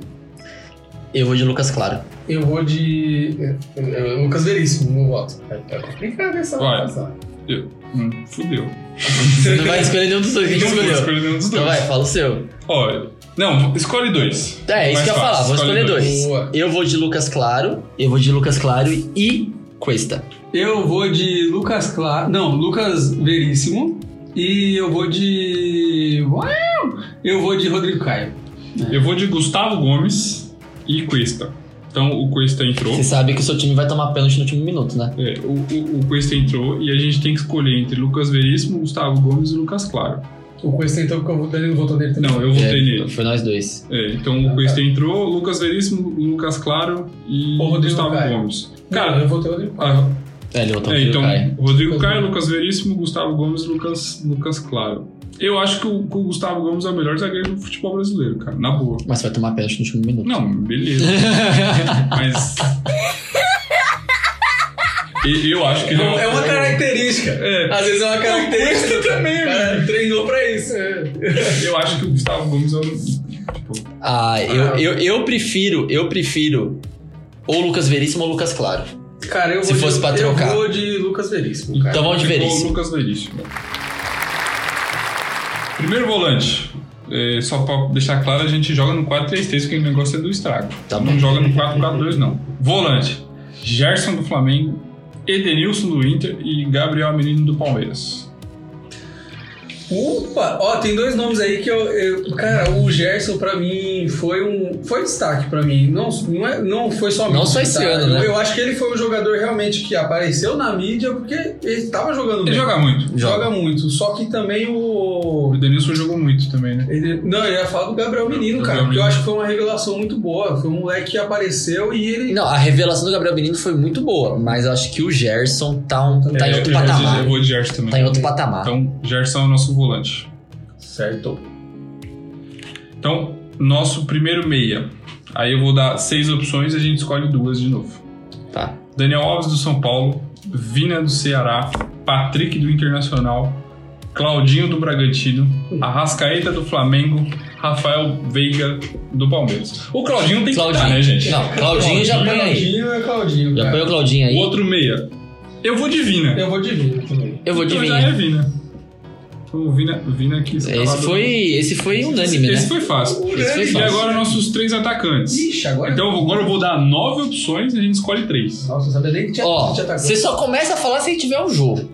Speaker 3: Eu vou de Lucas Claro.
Speaker 5: Eu vou de. é, é, Lucas Veríssimo, meu voto. É, é complicado essa
Speaker 2: Vai.
Speaker 5: votação.
Speaker 2: Eu. Hum, fudeu.
Speaker 3: Você não vai escolher nenhum dos dois que a gente
Speaker 2: Não vou
Speaker 3: escolheu.
Speaker 2: escolher nenhum dos dois.
Speaker 3: Então vai, fala o seu.
Speaker 2: Ó, não, escolhe dois.
Speaker 3: É, isso
Speaker 2: Mais
Speaker 3: que eu ia
Speaker 2: fácil,
Speaker 3: falar, vou escolher dois.
Speaker 5: Boa.
Speaker 3: Eu vou de Lucas Claro, eu vou de Lucas Claro e Cuesta.
Speaker 5: Eu vou de Lucas Claro. Não, Lucas Veríssimo. E eu vou de. Uau! Eu vou de Rodrigo Caio.
Speaker 2: Eu vou de Gustavo Gomes e Cuesta. Então o Cuesta entrou.
Speaker 3: Você sabe que o seu time vai tomar pênalti no último minuto, né?
Speaker 2: É, o, o, o Cuesta entrou e a gente tem que escolher entre Lucas Veríssimo, Gustavo Gomes e Lucas Claro.
Speaker 5: O Cuesta então, porque o Danilo votou nele também.
Speaker 2: Não, eu votei nele.
Speaker 3: É, foi nós dois.
Speaker 2: É, então o Cuesta entrou, Lucas Veríssimo, Lucas Claro e
Speaker 5: Ou Rodrigo
Speaker 2: Gustavo
Speaker 5: Caio.
Speaker 2: Gomes.
Speaker 5: Cara,
Speaker 2: Cara,
Speaker 5: eu votei o Rodrigo
Speaker 2: ah,
Speaker 3: É, ele votou
Speaker 2: é,
Speaker 3: no
Speaker 2: então
Speaker 3: Caio.
Speaker 2: Rodrigo Caio, Lucas Veríssimo, Gustavo Gomes e Lucas, Lucas Claro. Eu acho que o, que o Gustavo Gomes é o melhor zagueiro do futebol brasileiro, cara, na boa.
Speaker 3: Mas vai tomar pênalti no último minuto.
Speaker 2: Não, beleza. Mas. E- Eu acho que ele
Speaker 5: Caio. É uma característica.
Speaker 2: É,
Speaker 5: Às vezes é uma característica
Speaker 2: também,
Speaker 5: O cara treinou pra isso.
Speaker 2: eu acho que o Gustavo Gomes é um. Tipo,
Speaker 3: Ah, eu, eu, eu prefiro, eu prefiro ou Lucas Veríssimo ou Lucas Claro.
Speaker 5: Cara, eu
Speaker 3: Se
Speaker 5: vou
Speaker 3: fosse
Speaker 5: de,
Speaker 3: pra trocar.
Speaker 5: Eu vou de Lucas Veríssimo, cara.
Speaker 3: Então vamos de
Speaker 2: ficou
Speaker 3: Veríssimo.
Speaker 2: o Lucas Veríssimo. Primeiro volante. É, só pra deixar claro, a gente joga no 4-3-3, porque o negócio é do estrago.
Speaker 3: Tá
Speaker 2: não
Speaker 3: bom.
Speaker 2: joga no 4-4-2, não. Volante. Gerson do Flamengo, Edenilson do Inter e Gabriel Menino do Palmeiras.
Speaker 5: Opa! Ó, tem dois nomes aí que eu, eu- Cara, o Gerson pra mim foi um. Foi destaque pra mim. Não, não, é- não foi só
Speaker 3: Não só esse ano, né?
Speaker 5: Eu, eu acho que ele foi um jogador realmente que apareceu na mídia porque ele tava jogando
Speaker 2: Ele
Speaker 5: bem.
Speaker 2: joga muito.
Speaker 5: Joga muito. Só que também o.
Speaker 2: O Edenilson jogou muito também, né?
Speaker 5: Ele- não, eu ia falar do Gabriel Menino,
Speaker 2: Gabriel
Speaker 5: cara, porque
Speaker 2: Menino.
Speaker 5: eu acho que foi uma revelação muito boa. Foi um moleque que apareceu e ele.
Speaker 3: Não, a revelação do Gabriel Menino foi muito boa, mas eu acho que o Gerson tá, um, tá
Speaker 2: É,
Speaker 3: em outro
Speaker 2: eu vou de-
Speaker 3: patamar.
Speaker 2: Eu vou de Gerson também.
Speaker 3: Tá em outro patamar.
Speaker 2: Então, Gerson é o nosso volante.
Speaker 5: Certo.
Speaker 2: Então, nosso primeiro meia. Aí eu vou dar seis opções e a gente escolhe duas de novo.
Speaker 3: Tá.
Speaker 2: Daniel Alves do São Paulo, Vina do Ceará, Patrick do Internacional, Claudinho do Bragantino, Arrascaeta do Flamengo, Rafael Veiga do Palmeiras. O Claudinho tem que estar, né, gente?
Speaker 3: Não, Claudinho já põe aí.
Speaker 5: Claudinho é Claudinho.
Speaker 3: Já
Speaker 5: cara.
Speaker 3: põe o Claudinho
Speaker 2: O
Speaker 3: aí.
Speaker 2: outro meia. Eu vou de Vina.
Speaker 5: Eu vou de Vina também.
Speaker 3: Eu vou de
Speaker 2: Então já é
Speaker 3: Vinha.
Speaker 2: Vina. O Vina, Vina tá aqui.
Speaker 3: Esse
Speaker 2: escalado.
Speaker 3: foi, esse foi unânime, né?
Speaker 2: é Esse foi fácil.
Speaker 3: Esse foi
Speaker 2: E
Speaker 3: fácil.
Speaker 2: agora nossos três atacantes.
Speaker 5: Ixi, agora.
Speaker 2: Então agora eu vou dar nove opções e a gente escolhe três.
Speaker 5: Nossa, eu sabia nem que tinha,
Speaker 3: Ó,
Speaker 2: tá
Speaker 5: tinha atacante.
Speaker 3: você só começa a falar se tiver um jogo.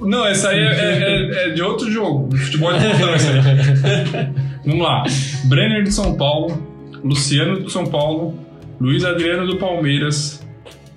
Speaker 2: Não, essa aí é, é- é- é de outro jogo. Do Futebol de botão essa aí. Vamos lá. Brenner de São Paulo, Luciano do São Paulo, Luiz Adriano do Palmeiras,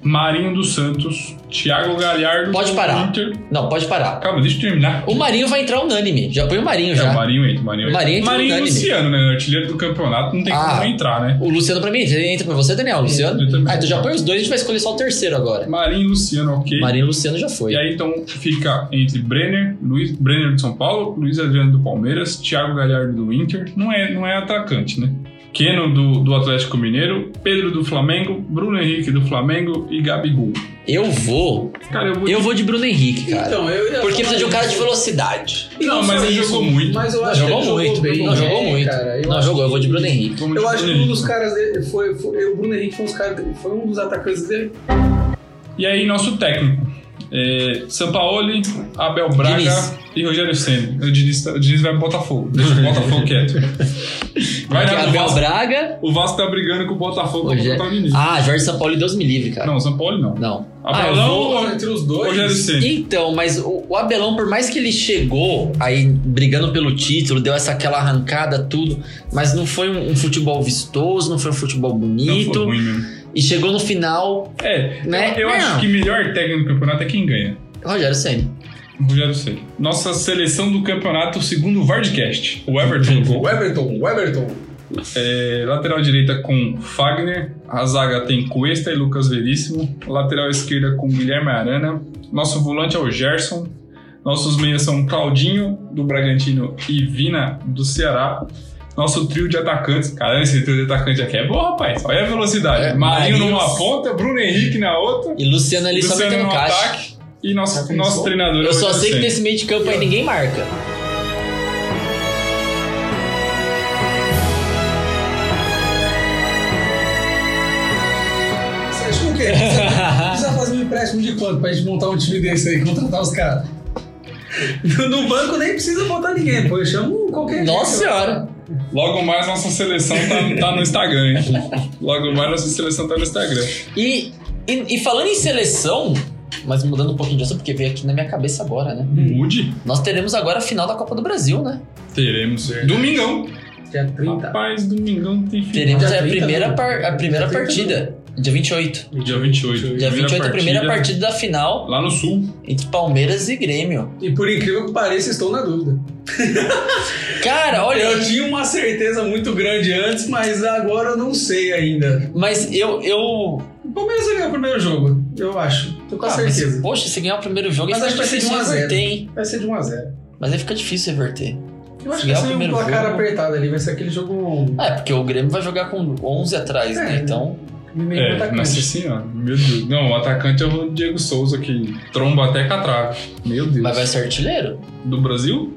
Speaker 2: Marinho do Santos, Thiago Galhardo
Speaker 3: Pode
Speaker 2: do
Speaker 3: parar.
Speaker 2: Inter.
Speaker 3: Não, pode parar.
Speaker 2: Calma, deixa eu terminar.
Speaker 3: O Marinho vai entrar unânime. Já põe o Marinho
Speaker 2: É, o
Speaker 3: já.
Speaker 2: Marinho entra, o Marinho entra.
Speaker 3: Marinho entra
Speaker 2: Marinho e
Speaker 3: unânime.
Speaker 2: Luciano, né? Artilheiro do campeonato, não tem
Speaker 3: Ah.
Speaker 2: como entrar, né?
Speaker 3: O Luciano pra mim, já entra pra você, Daniel.
Speaker 2: É, eu
Speaker 3: Luciano?
Speaker 2: também.
Speaker 3: Ah, então já põe os dois, a gente vai escolher só o terceiro agora.
Speaker 2: Marinho e Luciano, ok.
Speaker 3: Marinho e Luciano já foi.
Speaker 2: E aí então fica entre Brenner, Luiz, Brenner de São Paulo, Luiz Adriano do Palmeiras, Thiago Galhardo do Inter. Não é, não é atacante, né? Keno do, do Atlético Mineiro, Pedro do Flamengo, Bruno Henrique do Flamengo e Gabigol.
Speaker 3: Eu vou.
Speaker 2: Cara, eu vou.
Speaker 3: Eu vou de Bruno Henrique, cara.
Speaker 5: Então, eu ia
Speaker 3: Porque precisa
Speaker 5: falar
Speaker 3: de um
Speaker 5: isso.
Speaker 3: cara de velocidade.
Speaker 5: E
Speaker 2: Não,
Speaker 5: só
Speaker 2: mas ele
Speaker 5: isso,
Speaker 2: jogou muito.
Speaker 5: Mas eu acho
Speaker 3: Jogou
Speaker 5: que ele
Speaker 3: muito.
Speaker 5: jogou bem.
Speaker 3: Não, jogou
Speaker 5: É,
Speaker 3: muito.
Speaker 5: cara, eu
Speaker 3: Não,
Speaker 5: acho
Speaker 3: jogou. Eu vou de Bruno Henrique.
Speaker 2: Vamos de
Speaker 5: Eu acho que
Speaker 2: Bruno
Speaker 5: um
Speaker 2: Henrique.
Speaker 5: dos caras dele foi, foi- o Bruno Henrique foi, um dos caras, foi um dos atacantes dele.
Speaker 2: E aí nosso técnico. É, Sampaoli, Abel Braga
Speaker 3: Diniz.
Speaker 2: e Rogério Senna. O Diniz, tá- o Diniz vai pro Botafogo. Deixa o Botafogo quieto. Vai dar
Speaker 3: Porque
Speaker 2: pro
Speaker 3: Abel
Speaker 2: Vasco.
Speaker 3: Braga.
Speaker 2: O Vasco tá brigando com o Botafogo pra
Speaker 3: Hoje é-
Speaker 2: botar o Diniz.
Speaker 3: Ah, Jorge Sampaoli, Deus me livre, cara.
Speaker 2: Não, Sampaoli não.
Speaker 3: Não. Ah, eu
Speaker 2: Abelão
Speaker 3: vou...
Speaker 2: ou
Speaker 5: Entre os
Speaker 3: é
Speaker 5: dois.
Speaker 2: Rogério Senna?
Speaker 3: Então, mas o, o Abelão, por mais que ele chegou aí brigando pelo título, deu essa aquela arrancada, tudo, mas não foi um, um futebol vistoso, não foi um futebol
Speaker 2: Não
Speaker 3: bonito.
Speaker 2: foi ruim mesmo.
Speaker 3: e chegou no final,
Speaker 2: É,
Speaker 3: Né?
Speaker 2: eu, eu acho
Speaker 3: Não.
Speaker 2: que melhor técnico do campeonato é quem ganha.
Speaker 3: Rogério Senna.
Speaker 2: O Rogério Ceni. Nossa seleção do campeonato segundo o Vardcast. O Everton.
Speaker 5: Weberton, Weberton.
Speaker 2: É, lateral direita com Fagner. A zaga tem Cuesta e Lucas Veríssimo. Lateral esquerda com Guilherme Arana. Nosso volante é o Gerson. Nossos meias são Claudinho, do Bragantino, e Vina, do Ceará. Nosso trio de atacantes. Caralho, esse trio de atacante aqui é bom, rapaz. Olha a velocidade.
Speaker 3: É,
Speaker 2: Marinho
Speaker 3: Marinho-
Speaker 2: numa ponta, Bruno Henrique na outra.
Speaker 3: E Luciano ali só
Speaker 2: Luciano
Speaker 3: metendo
Speaker 2: no
Speaker 3: caixa.
Speaker 2: ataque. E nosso, nosso treinador é
Speaker 3: Tá Eu
Speaker 2: o
Speaker 3: só sei que
Speaker 2: Emerson.
Speaker 3: nesse meio de campo aí ninguém marca.
Speaker 5: Você acha que o quê? Precisa fazer um empréstimo de quanto pra gente montar um time desse aí, contratar os caras? No- No banco nem precisa botar ninguém, pô. Eu chamo qualquer
Speaker 3: Nossa
Speaker 5: gente.
Speaker 3: senhora.
Speaker 2: Logo mais nossa seleção tá, tá no Instagram, hein? Logo mais nossa seleção tá no Instagram.
Speaker 3: E, e, e falando em seleção, mas mudando um pouquinho de assunto, porque veio aqui na minha cabeça agora, né?
Speaker 2: Mude?
Speaker 3: Nós teremos agora a final da Copa do Brasil, né?
Speaker 2: Teremos. Domingão.
Speaker 5: Dia 30.
Speaker 2: Rapaz, domingão tem final.
Speaker 3: Teremos
Speaker 5: Dia
Speaker 3: é a
Speaker 5: 30,
Speaker 3: primeira,
Speaker 5: né?
Speaker 3: par- a primeira
Speaker 5: Dia 30,
Speaker 3: partida, dia 28.
Speaker 2: Dia 28.
Speaker 3: Dia 28, a primeira partida da final
Speaker 2: Lá no sul.
Speaker 3: entre Palmeiras e Grêmio.
Speaker 5: E por incrível que pareça, estou na dúvida.
Speaker 3: Cara, olha,
Speaker 5: Eu tinha uma certeza muito grande antes, mas agora eu não sei ainda.
Speaker 3: mas eu. eu
Speaker 5: O Palmeiras vai ganhar o primeiro jogo, eu acho. Tô com a
Speaker 3: Ah, mas,
Speaker 5: certeza.
Speaker 3: poxa, se ganhar o primeiro jogo,
Speaker 5: Mas
Speaker 3: aí
Speaker 5: acho
Speaker 3: fica
Speaker 5: que vai ser de
Speaker 3: difícil
Speaker 5: 1 a 0.
Speaker 3: reverter, hein?
Speaker 5: Vai ser de 1x0.
Speaker 3: Mas aí fica difícil reverter.
Speaker 5: Eu acho
Speaker 3: Se ganhar o
Speaker 5: que vai ser um
Speaker 3: primeiro
Speaker 5: placar
Speaker 3: jogo-
Speaker 5: apertado ali, vai ser aquele jogo
Speaker 3: Ah, é porque o Grêmio vai jogar com 11 atrás, né?
Speaker 5: É.
Speaker 3: Então.
Speaker 5: meio
Speaker 2: É,
Speaker 5: atacante.
Speaker 2: nossa senhora. Meu Deus. Não, o atacante é o Diego Souza, que tromba até catraca. Meu Deus.
Speaker 3: Mas vai ser artilheiro?
Speaker 2: Do Brasil?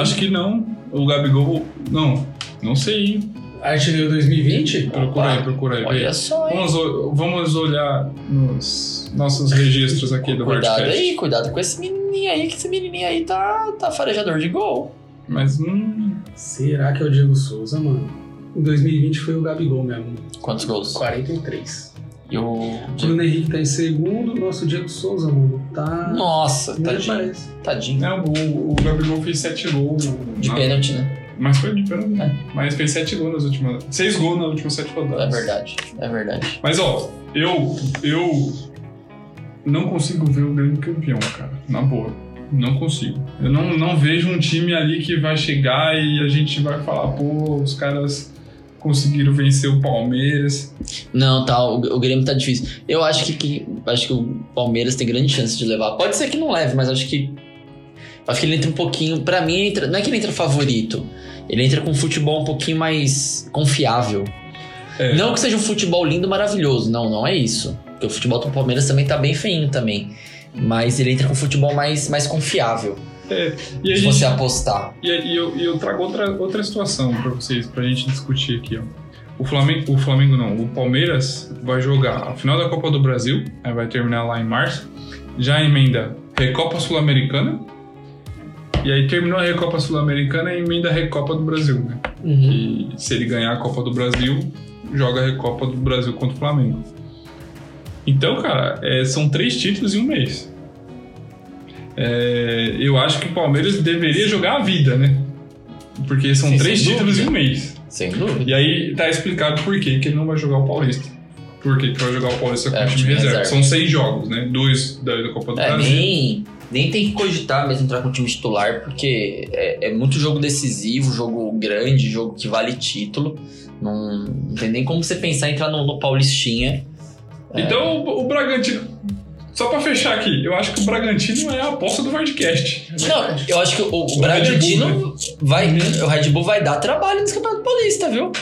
Speaker 2: Acho que não. O Gabigol. Não. Não sei, hein?
Speaker 5: Artilheiro 2020?
Speaker 2: Procura aí, procura aí.
Speaker 3: Olha só, hein?
Speaker 2: Vamos, o- vamos olhar nos nossos registros aqui do
Speaker 3: Cuidado
Speaker 2: Wordcast.
Speaker 3: aí, cuidado com esse menininho aí, que esse menininho aí tá, tá farejador de gol.
Speaker 2: Mas hum,
Speaker 5: Será que é o Diego Souza, mano? Em 2020 foi o Gabigol mesmo.
Speaker 3: Quantos gols?
Speaker 5: 43.
Speaker 3: E o.
Speaker 5: O Bruno Henrique tá em segundo, nosso Diego Souza, mano, tá.
Speaker 3: Nossa,
Speaker 5: Nem
Speaker 3: tadinho.
Speaker 5: parece.
Speaker 3: Tadinho.
Speaker 2: né, o, o Gabigol fez 7 gols.
Speaker 3: De
Speaker 2: na-
Speaker 3: pênalti, né?
Speaker 2: Mas foi de pênalti. né?
Speaker 3: É.
Speaker 2: Mas fez 7 gols nas últimas. 6 gols nas últimas 7
Speaker 3: É
Speaker 2: rodadas.
Speaker 3: verdade, é verdade.
Speaker 2: Mas ó, eu. Eu. Não consigo ver o Grêmio campeão, cara. Na boa. Não consigo. Eu não, não vejo um time ali que vai chegar e a gente vai falar, pô, os caras conseguiram vencer o Palmeiras.
Speaker 3: Não, tá, o, o Grêmio tá difícil. Eu acho que, que- acho que o Palmeiras tem grande chance de levar. Pode ser que não leve, mas acho que acho que ele entra um pouquinho, Pra mim ele entra, não é que ele entra favorito. Ele entra com um futebol um pouquinho mais confiável.
Speaker 2: É.
Speaker 3: Não que seja um futebol lindo, maravilhoso, não, não é isso. Porque o futebol do Palmeiras também tá bem feinho também. Mas ele entra com um futebol mais, mais confiável.
Speaker 2: E a
Speaker 3: Se
Speaker 2: gente
Speaker 3: você apostar.
Speaker 2: E, e eu, e eu trago outra, outra situação pra vocês, pra gente discutir aqui, ó. O Flamengo, o Flamengo não, o Palmeiras vai jogar a final da Copa do Brasil, aí vai terminar lá em março. Já emenda Recopa Sul-Americana. E aí terminou a Recopa Sul-Americana e emenda a Recopa do Brasil, né? E se ele ganhar a Copa do Brasil, joga a Recopa do Brasil contra o Flamengo. Então, cara, é, são três títulos em um mês. É, eu acho que o Palmeiras deveria jogar a vida, né? Porque são
Speaker 3: Sim,
Speaker 2: três
Speaker 3: sem
Speaker 2: títulos
Speaker 3: dúvida.
Speaker 2: em um mês.
Speaker 3: Sem dúvida.
Speaker 2: E aí tá explicado por que que ele não vai jogar o Paulista. Por que que vai jogar o Paulista com
Speaker 3: É,
Speaker 2: o time reserva? São seis jogos, né? Dois da da Copa do
Speaker 3: É,
Speaker 2: Brasil.
Speaker 3: nem, nem tem que cogitar mesmo entrar com o time titular, porque é, é muito jogo decisivo, jogo grande, jogo que vale título. Não, não tem nem como você pensar em entrar no, no Paulistinha. é.
Speaker 2: Então o, o Bragantino... Só pra fechar aqui, eu acho que o Bragantino é a aposta do Vardcast.
Speaker 3: Não, eu acho que o, o
Speaker 2: O
Speaker 3: Bragantino
Speaker 2: Red
Speaker 3: vai. O Red Bull vai dar trabalho nesse campeonato paulista, viu?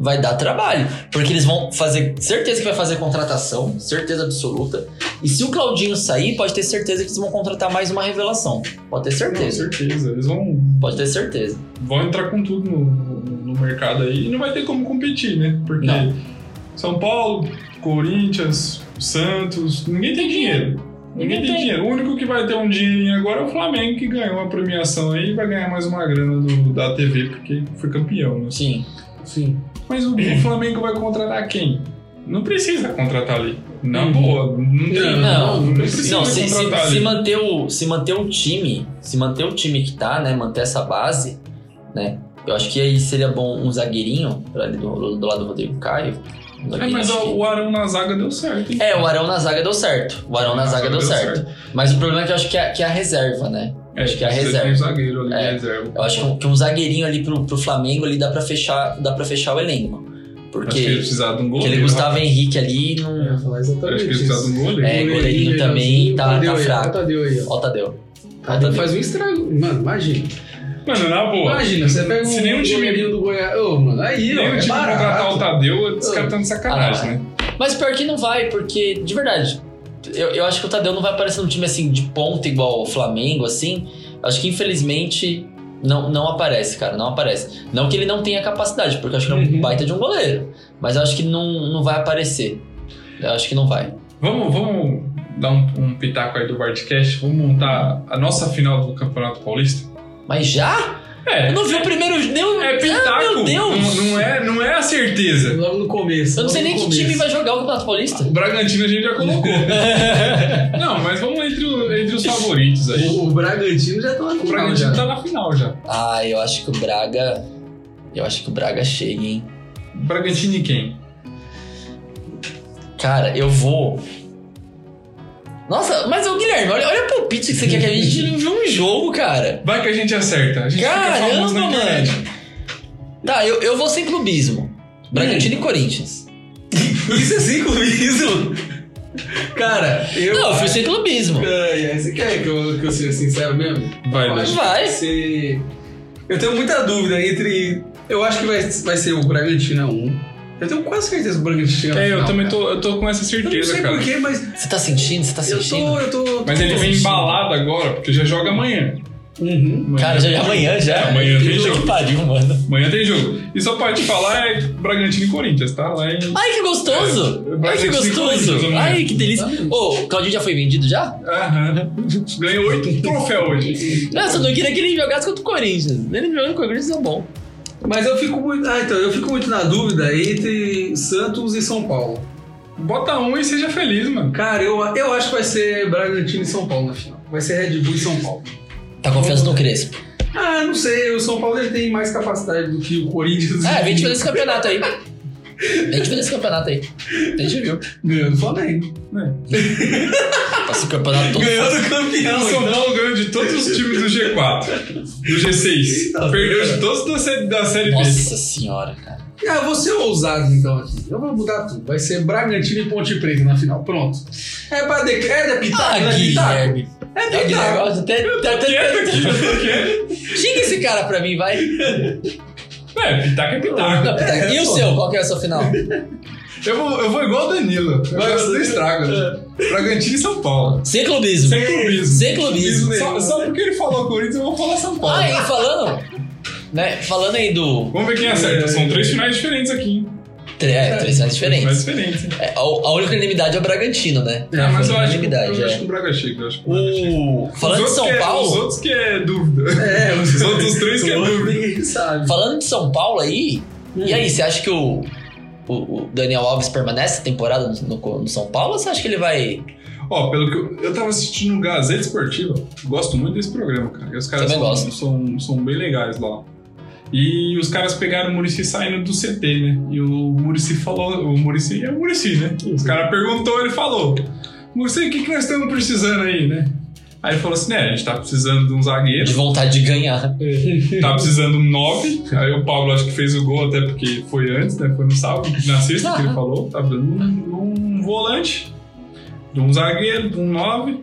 Speaker 3: Vai dar trabalho. Porque eles vão fazer. Certeza que vai fazer contratação, certeza absoluta. E se o Claudinho sair, pode ter certeza que eles vão contratar mais uma revelação. Pode ter
Speaker 2: Com
Speaker 3: certeza.
Speaker 2: certeza, eles vão
Speaker 3: Pode ter certeza.
Speaker 2: vão entrar com tudo no, no- no mercado aí e não vai ter como competir, né? Porque
Speaker 3: Não.
Speaker 2: São Paulo, Corinthians, Santos, ninguém tem dinheiro. Ninguém tem, dinheiro. O único que vai ter um dinheirinho agora é o Flamengo, que ganhou uma premiação aí e vai ganhar mais uma grana do- da TV, porque foi campeão, né?
Speaker 3: Sim.
Speaker 5: Sim.
Speaker 2: Mas o, o Flamengo vai contratar quem? Não precisa contratar ali. Na
Speaker 5: Uhum.
Speaker 2: boa. Não, tem-
Speaker 5: Não,
Speaker 3: Não,
Speaker 2: não
Speaker 5: não
Speaker 2: precisa um
Speaker 3: Não, se, se-
Speaker 2: contratar
Speaker 3: se
Speaker 2: ali.
Speaker 3: manter o, se manter o time, se manter o time que tá, né, manter essa base, né, eu acho que aí seria bom um zagueirinho pra ali do, do lado do Rodrigo Caio. um
Speaker 2: É,
Speaker 3: zagueirinho
Speaker 2: mas
Speaker 3: que-
Speaker 2: o, o Arão na zaga deu certo. hein?
Speaker 3: É, o Arão na zaga deu certo. O Arão na zaga deu certo. Mas o problema é que eu acho que é, que é a reserva, né? acho que é a
Speaker 2: precisa de
Speaker 3: reserva.
Speaker 2: Um zagueiro ali,
Speaker 3: É,
Speaker 2: de reserva.
Speaker 3: Eu acho que um, que um zagueirinho ali pro, pro Flamengo ali dá pra fechar, dá pra fechar o elenco.
Speaker 2: Acho que ele
Speaker 3: Porque
Speaker 2: precisava de um goleiro.
Speaker 3: aquele Gustavo Henrique ali
Speaker 5: Eu ia
Speaker 3: não.
Speaker 5: falar
Speaker 2: Acho que
Speaker 5: exatamente
Speaker 2: ele precisava de
Speaker 5: isso.
Speaker 2: um goleiro.
Speaker 3: É, goleirinho também tá-
Speaker 5: Tadeu
Speaker 3: tá
Speaker 5: aí,
Speaker 3: fraco.
Speaker 5: ó, Tadeu aí, ó.
Speaker 3: Ó,
Speaker 2: Tá
Speaker 3: Tadeu. Tá
Speaker 5: Tadeu faz um estrago. Mano, imagina.
Speaker 2: Mano, na boa.
Speaker 5: Imagina, você pega
Speaker 2: Se
Speaker 5: um
Speaker 2: nenhum time-
Speaker 5: goleirinho do Goiás. Ô, mano, aí, ó.
Speaker 2: Nem o
Speaker 5: É
Speaker 2: time contratar um o
Speaker 5: barato.
Speaker 2: Tadeu, os caras estão
Speaker 3: Ah.
Speaker 2: de sacanagem, né?
Speaker 3: Mas pior que não vai, porque, de verdade, eu, eu acho que o Tadeu não vai aparecer num time assim de ponta igual o Flamengo, assim. Acho que infelizmente não, não aparece, cara, não aparece. Não que ele não tenha capacidade, porque eu acho que ele é um
Speaker 5: Uhum.
Speaker 3: baita de um goleiro. Mas eu acho que não, não vai aparecer. Eu acho que não vai.
Speaker 2: Vamos, vamos dar um, um pitaco aí do Bartcast, vamos montar a nossa final do Campeonato Paulista?
Speaker 3: Mas já?
Speaker 2: É,
Speaker 3: Eu não vi o primeiro. Nem o...
Speaker 2: é pitaco.
Speaker 3: Ah, meu
Speaker 2: Não,
Speaker 3: Deus!
Speaker 2: não é, não é a certeza.
Speaker 5: Logo no começo.
Speaker 3: Eu não sei
Speaker 5: logo
Speaker 3: nem
Speaker 5: no
Speaker 3: que time
Speaker 5: começo.
Speaker 3: vai jogar o Campeonato Paulista.
Speaker 2: O Bragantino a gente já colocou. não, mas vamos entre, o- entre os favoritos aí.
Speaker 5: O, o Bragantino já tá lá no
Speaker 2: O Bragantino tá na final já.
Speaker 3: Ah, eu acho que o Braga. Eu acho que o Braga chega, hein?
Speaker 2: Bragantino e quem?
Speaker 3: Cara, eu vou. Nossa, mas o Guilherme, olha, olha o palpite que você quer que a gente não viu um jogo, cara.
Speaker 2: Vai que a gente acerta. A gente
Speaker 3: Caramba,
Speaker 2: fica famoso na internet.
Speaker 3: Tá, eu, eu vou sem clubismo. Bragantino e Corinthians.
Speaker 5: Isso é cinco isso? Cara, eu.
Speaker 3: Não, eu fui sem clubismo.
Speaker 5: Ai, ai, É, Você quer que eu, que eu seja sincero mesmo?
Speaker 2: Vai,
Speaker 5: Eu
Speaker 2: Dani.
Speaker 5: acho
Speaker 3: Vai.
Speaker 5: que ser- Eu tenho muita dúvida entre. Eu acho que vai, vai ser o Bragantino 1. Eu tenho quase certeza que o Bragantino
Speaker 2: É, eu
Speaker 5: final,
Speaker 2: também
Speaker 5: cara.
Speaker 2: tô, eu tô com essa
Speaker 5: Eu não
Speaker 2: certeza,
Speaker 5: sei
Speaker 2: cara.
Speaker 5: porquê, mas
Speaker 3: Você tá sentindo? Você tá
Speaker 5: eu
Speaker 3: sentindo?
Speaker 5: tô, eu tô.
Speaker 2: Mas ele vem embalado agora, porque já joga amanhã.
Speaker 5: Uhum.
Speaker 2: Amanhã-
Speaker 3: Cara, já é amanhã já.
Speaker 2: Amanhã tem
Speaker 3: Puta
Speaker 2: jogo.
Speaker 3: Que pariu, mano.
Speaker 2: Amanhã tem jogo. E só pra te falar é Bragantino e Corinthians, tá? Lá em.
Speaker 3: Ai, que gostoso!
Speaker 2: É,
Speaker 3: Ai, que
Speaker 2: Bragantino e
Speaker 3: gostoso!
Speaker 2: Corinthians amanhã.
Speaker 3: Ai, que delícia. Ô, o Claudinho já foi vendido já?
Speaker 2: Aham. Ganhou oito troféus hoje.
Speaker 3: Não, eu só não queria que ele jogasse contra o Corinthians. Ele jogando contra o Corinthians é bom.
Speaker 5: Mas eu fico muito. Ah, então, eu fico muito na dúvida entre Santos e São Paulo.
Speaker 2: Bota um e seja feliz, mano.
Speaker 5: Cara, eu, eu acho que vai ser Bragantino e São Paulo na final. Vai ser Red Bull e São Paulo.
Speaker 3: Tá confiança no Crespo.
Speaker 5: Ah, não sei, o São Paulo ele tem mais capacidade do que o Corinthians.
Speaker 3: Ah, vem te fazer esse campeonato aí. Vem te fazer esse campeonato aí. A gente viu. Tá
Speaker 5: Ganhou do Flamengo.
Speaker 3: Passa o campeonato todo.
Speaker 5: do
Speaker 2: O
Speaker 5: campeão.
Speaker 2: São Paulo ganhou de todos os times do G4, do G6.
Speaker 5: Nossa,
Speaker 2: Perdeu
Speaker 5: cara.
Speaker 2: de todos da série, da série B.
Speaker 3: Nossa senhora, cara.
Speaker 5: Ah, eu vou ser ousado então aqui. Eu vou mudar tudo. Vai ser Bragantino e Ponte Preta na final. Pronto. É pra de... É de pitaco,
Speaker 3: Ah,
Speaker 5: né? Pitaco.
Speaker 3: Guilherme.
Speaker 5: É
Speaker 3: Ah, Guilherme.
Speaker 5: pitaco.
Speaker 3: olha, Até, até, até, Xinga esse cara pra mim, vai.
Speaker 2: É, pitaca é
Speaker 3: Tá.
Speaker 2: pitaca.
Speaker 3: e o seu? Qual que é a sua final?
Speaker 2: Eu vou, eu vou igual o Danilo. É. Eu gosto do estrago. né? Bragantino e São Paulo.
Speaker 3: Sem clubismo.
Speaker 2: Sem clubismo.
Speaker 3: Sem clubismo.
Speaker 2: Só, só porque ele falou Corinthians, eu vou falar São Paulo.
Speaker 3: Ah, e falando... Né, falando aí do...
Speaker 2: Vamos ver quem acerta. São três finais diferentes aqui. hein?
Speaker 3: tre- É, três finais
Speaker 2: Finais
Speaker 3: diferentes.
Speaker 2: diferentes. hein?
Speaker 3: É, a, a única unanimidade é o Bragantino, né?
Speaker 2: Ah, mas eu acho, que,
Speaker 3: Unanimidade,
Speaker 2: eu
Speaker 3: é.
Speaker 2: acho que o Braga chega. Eu acho que o Braga chega.
Speaker 3: O...
Speaker 2: Os
Speaker 3: Falando de
Speaker 2: outros
Speaker 3: São
Speaker 2: que é- Os
Speaker 3: Paulo...
Speaker 2: outros que é dúvida.
Speaker 5: É,
Speaker 2: Os outros três que é dúvida.
Speaker 5: Ninguém sabe.
Speaker 3: Falando de São Paulo aí... E aí, você acha que o... O o Daniel Alves permanece a temporada no, no- no São Paulo ou você acha que ele vai
Speaker 2: Ó, pelo que eu, eu tava assistindo o Gazeta Esportiva, gosto muito desse programa, cara. E os caras
Speaker 3: Também
Speaker 2: são,
Speaker 3: gosto.
Speaker 2: são, são bem legais lá. E os caras pegaram o Murici saindo do CT, né? E o Murici falou. O Murici é o Murici, né? Os caras perguntou, ele falou: Murici, o que, que nós estamos precisando aí, né? Aí ele falou assim: né, a gente tá precisando de um zagueiro.
Speaker 3: de vontade de ganhar.
Speaker 2: Tá precisando um 9. Aí o Pablo acho que fez o gol até porque foi antes, né? Foi no sábado, na sexta que ele falou. Tá precisando de um, um volante, de um zagueiro, de um 9.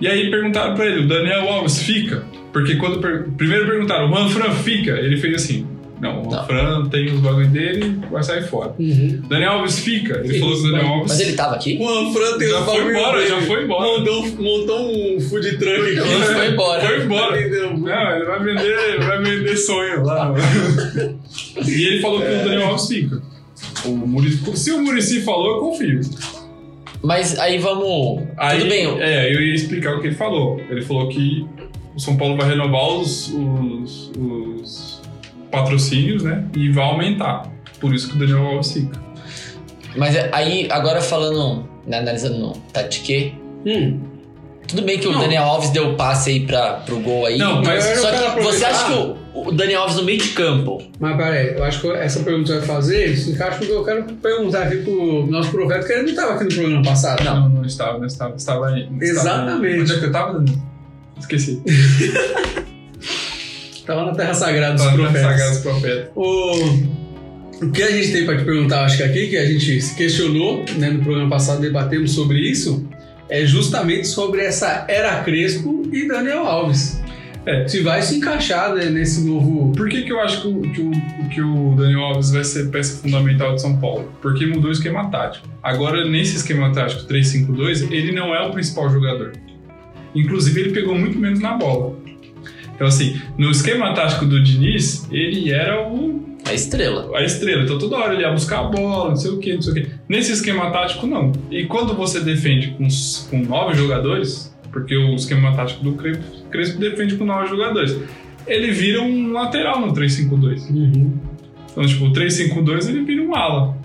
Speaker 2: E aí perguntaram pra ele, o Daniel Alves fica? Porque quando. per- Primeiro perguntaram, o Manfran fica? Ele fez assim. Não, o Manfran tem os bagulho dele, vai sair fora.
Speaker 5: Tá. Uhum.
Speaker 2: Daniel Alves fica? Ele falou que o Daniel Alves.
Speaker 3: Mas ele tava aqui?
Speaker 5: O Anfran tem
Speaker 2: Já
Speaker 5: um
Speaker 2: foi
Speaker 5: bagulho
Speaker 2: embora,
Speaker 5: dele.
Speaker 2: já foi embora.
Speaker 5: Mandou, montou um food truck aqui.
Speaker 3: Ele foi embora.
Speaker 2: Foi embora.
Speaker 5: Entendeu?
Speaker 2: Não, ele vai vender, vai vender sonho lá. e ele falou que
Speaker 5: É.
Speaker 2: o Daniel Alves fica. O Muricy, se o Murici falou, eu confio.
Speaker 3: Mas aí vamos.
Speaker 2: Aí,
Speaker 3: Tudo bem, eu-
Speaker 2: É, eu ia explicar o que ele falou. Ele falou que o São Paulo vai renovar os, os- os patrocínios, né? E vai aumentar. Por isso que o Daniel Alves fica.
Speaker 3: mas aí agora falando, né, analisando no Tatique,
Speaker 5: Hum.
Speaker 3: tudo bem que o
Speaker 5: Não.
Speaker 3: Daniel Alves deu o passe aí pra, pro gol aí.
Speaker 2: Não, mas
Speaker 5: eu
Speaker 3: só
Speaker 5: quero
Speaker 3: que você
Speaker 5: aproveitar-
Speaker 3: acha que o, o Daniel Alves no meio de campo.
Speaker 5: Mas peraí, eu acho que essa pergunta que vai fazer se encaixa porque eu quero perguntar aqui pro nosso profeta, que ele não estava aqui no programa passado.
Speaker 2: Não, não estava, não estava. Estava aí. não estava-
Speaker 5: Exatamente.
Speaker 2: Onde é que eu estava, Daniel?
Speaker 5: Esqueci. Tava na Terra Sagrada dos
Speaker 2: Tá na
Speaker 5: Profetas.
Speaker 2: Sagrada dos Profetas.
Speaker 5: O... O que a gente tem para te perguntar, acho que aqui, que a gente se questionou né, no programa passado, debatemos sobre isso, é justamente sobre essa era Crespo e Daniel Alves.
Speaker 2: É.
Speaker 5: Se vai se encaixar né, nesse novo.
Speaker 2: Por que, que eu acho que o, que, o, que o Daniel Alves vai ser peça fundamental de São Paulo? Porque mudou o esquema tático. Agora, nesse esquema tático 3-5-2, ele não é o principal jogador. Inclusive, ele pegou muito menos na bola. Então, assim, no esquema tático do Diniz, ele era o,
Speaker 3: A é estrela.
Speaker 2: a estrela. Então, toda hora ele ia buscar a bola, não sei o quê, não sei o quê. Nesse esquema tático, não. E quando você defende com, s- com nove jogadores, porque o esquema tático do Crespo, Crespo defende com nove jogadores, ele vira um lateral no 3-5-2. Então, tipo, o 3-5-2 ele vira um ala.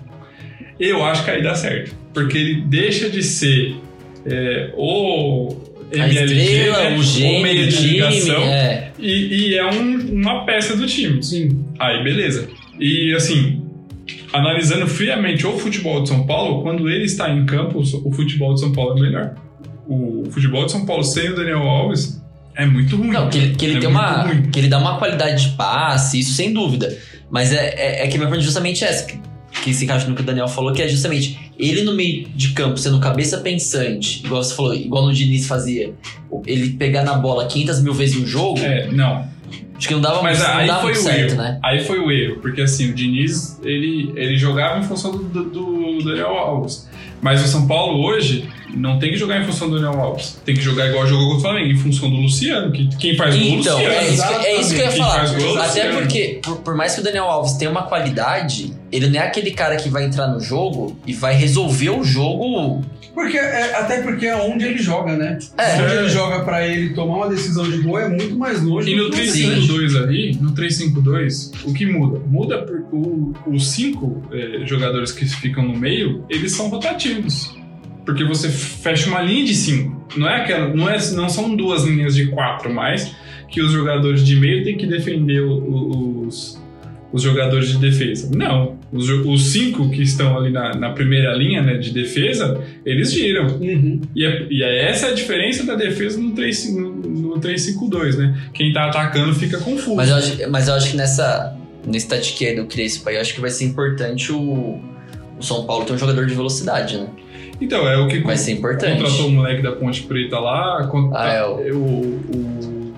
Speaker 2: Eu acho que aí dá certo. Porque ele deixa de ser é, o
Speaker 3: A
Speaker 2: MLG,
Speaker 3: estrela,
Speaker 2: né?
Speaker 3: o
Speaker 2: ou meio
Speaker 3: gênio, o
Speaker 2: de
Speaker 3: time.
Speaker 2: ligação,
Speaker 3: É.
Speaker 2: e, e é um- uma peça do time.
Speaker 5: Sim.
Speaker 2: Aí, beleza. E assim, analisando friamente o futebol de São Paulo, quando ele está em campo, o futebol de São Paulo é melhor. O futebol de São Paulo sem o Daniel Alves é muito ruim.
Speaker 3: Não, que ele, que ele
Speaker 2: é
Speaker 3: tem
Speaker 2: muito
Speaker 3: uma.
Speaker 2: ruim.
Speaker 3: Que ele dá uma qualidade de passe, isso sem dúvida. Mas é, é, é que minha pergunta é justamente essa. Que, que se encaixa no que o Daniel falou, que é justamente ele no meio de campo, sendo cabeça pensante, igual você falou, igual no Diniz fazia, ele pegar na bola 500 mil vezes no jogo,
Speaker 2: É, não.
Speaker 3: acho que não dava
Speaker 2: Mas ah,
Speaker 3: muito, não
Speaker 2: aí
Speaker 3: dava
Speaker 2: foi
Speaker 3: muito
Speaker 2: o
Speaker 3: certo,
Speaker 2: erro.
Speaker 3: né?
Speaker 2: Aí foi o erro, porque assim, o Diniz, ele, ele jogava em função do, do- do Daniel Alves. Mas o São Paulo hoje não tem que jogar em função do Daniel Alves. Tem que jogar igual jogou contra o Flamengo, em função do Luciano. Que, quem faz gol,
Speaker 3: Então,
Speaker 2: Luciano.
Speaker 3: é isso, que- é isso que eu ia
Speaker 2: Quem
Speaker 3: falar.
Speaker 2: faz gol, é.
Speaker 3: Até
Speaker 2: Luciano.
Speaker 3: porque, por, por mais que o Daniel Alves tenha uma qualidade, ele não é aquele cara que vai entrar no jogo e vai resolver o jogo.
Speaker 5: Porque, é- até porque é onde ele joga, né?
Speaker 3: É.
Speaker 5: Onde
Speaker 2: É.
Speaker 5: ele joga para ele tomar uma decisão de gol é muito mais longe
Speaker 2: E né? no
Speaker 5: do que
Speaker 2: 352 ali, no 352, o que muda? Muda porque o- os cinco eh, jogadores que ficam no meio, eles são rotativos. Porque você fecha uma linha de cinco. Não é aquela, não, é, não são duas linhas de quatro mais que os jogadores de meio têm que defender o- o- os, os jogadores de defesa. Não. Os, jo- os cinco que estão ali na, na primeira linha né, de defesa, eles giram.
Speaker 5: Uhum.
Speaker 2: E, é, e é essa a diferença da defesa no 3 no- no 3-5-2, né? Quem tá atacando fica confuso.
Speaker 3: Mas eu acho, mas eu acho que nessa. Nesse tatique aí do Crespo aí, eu acho que vai ser importante o, o São Paulo ter um jogador de velocidade, né?
Speaker 2: Então, é o que
Speaker 3: Vai ser importante.
Speaker 2: contratou um o moleque da Ponte Preta lá. contra-
Speaker 3: Ah, é, o-
Speaker 2: eu, o-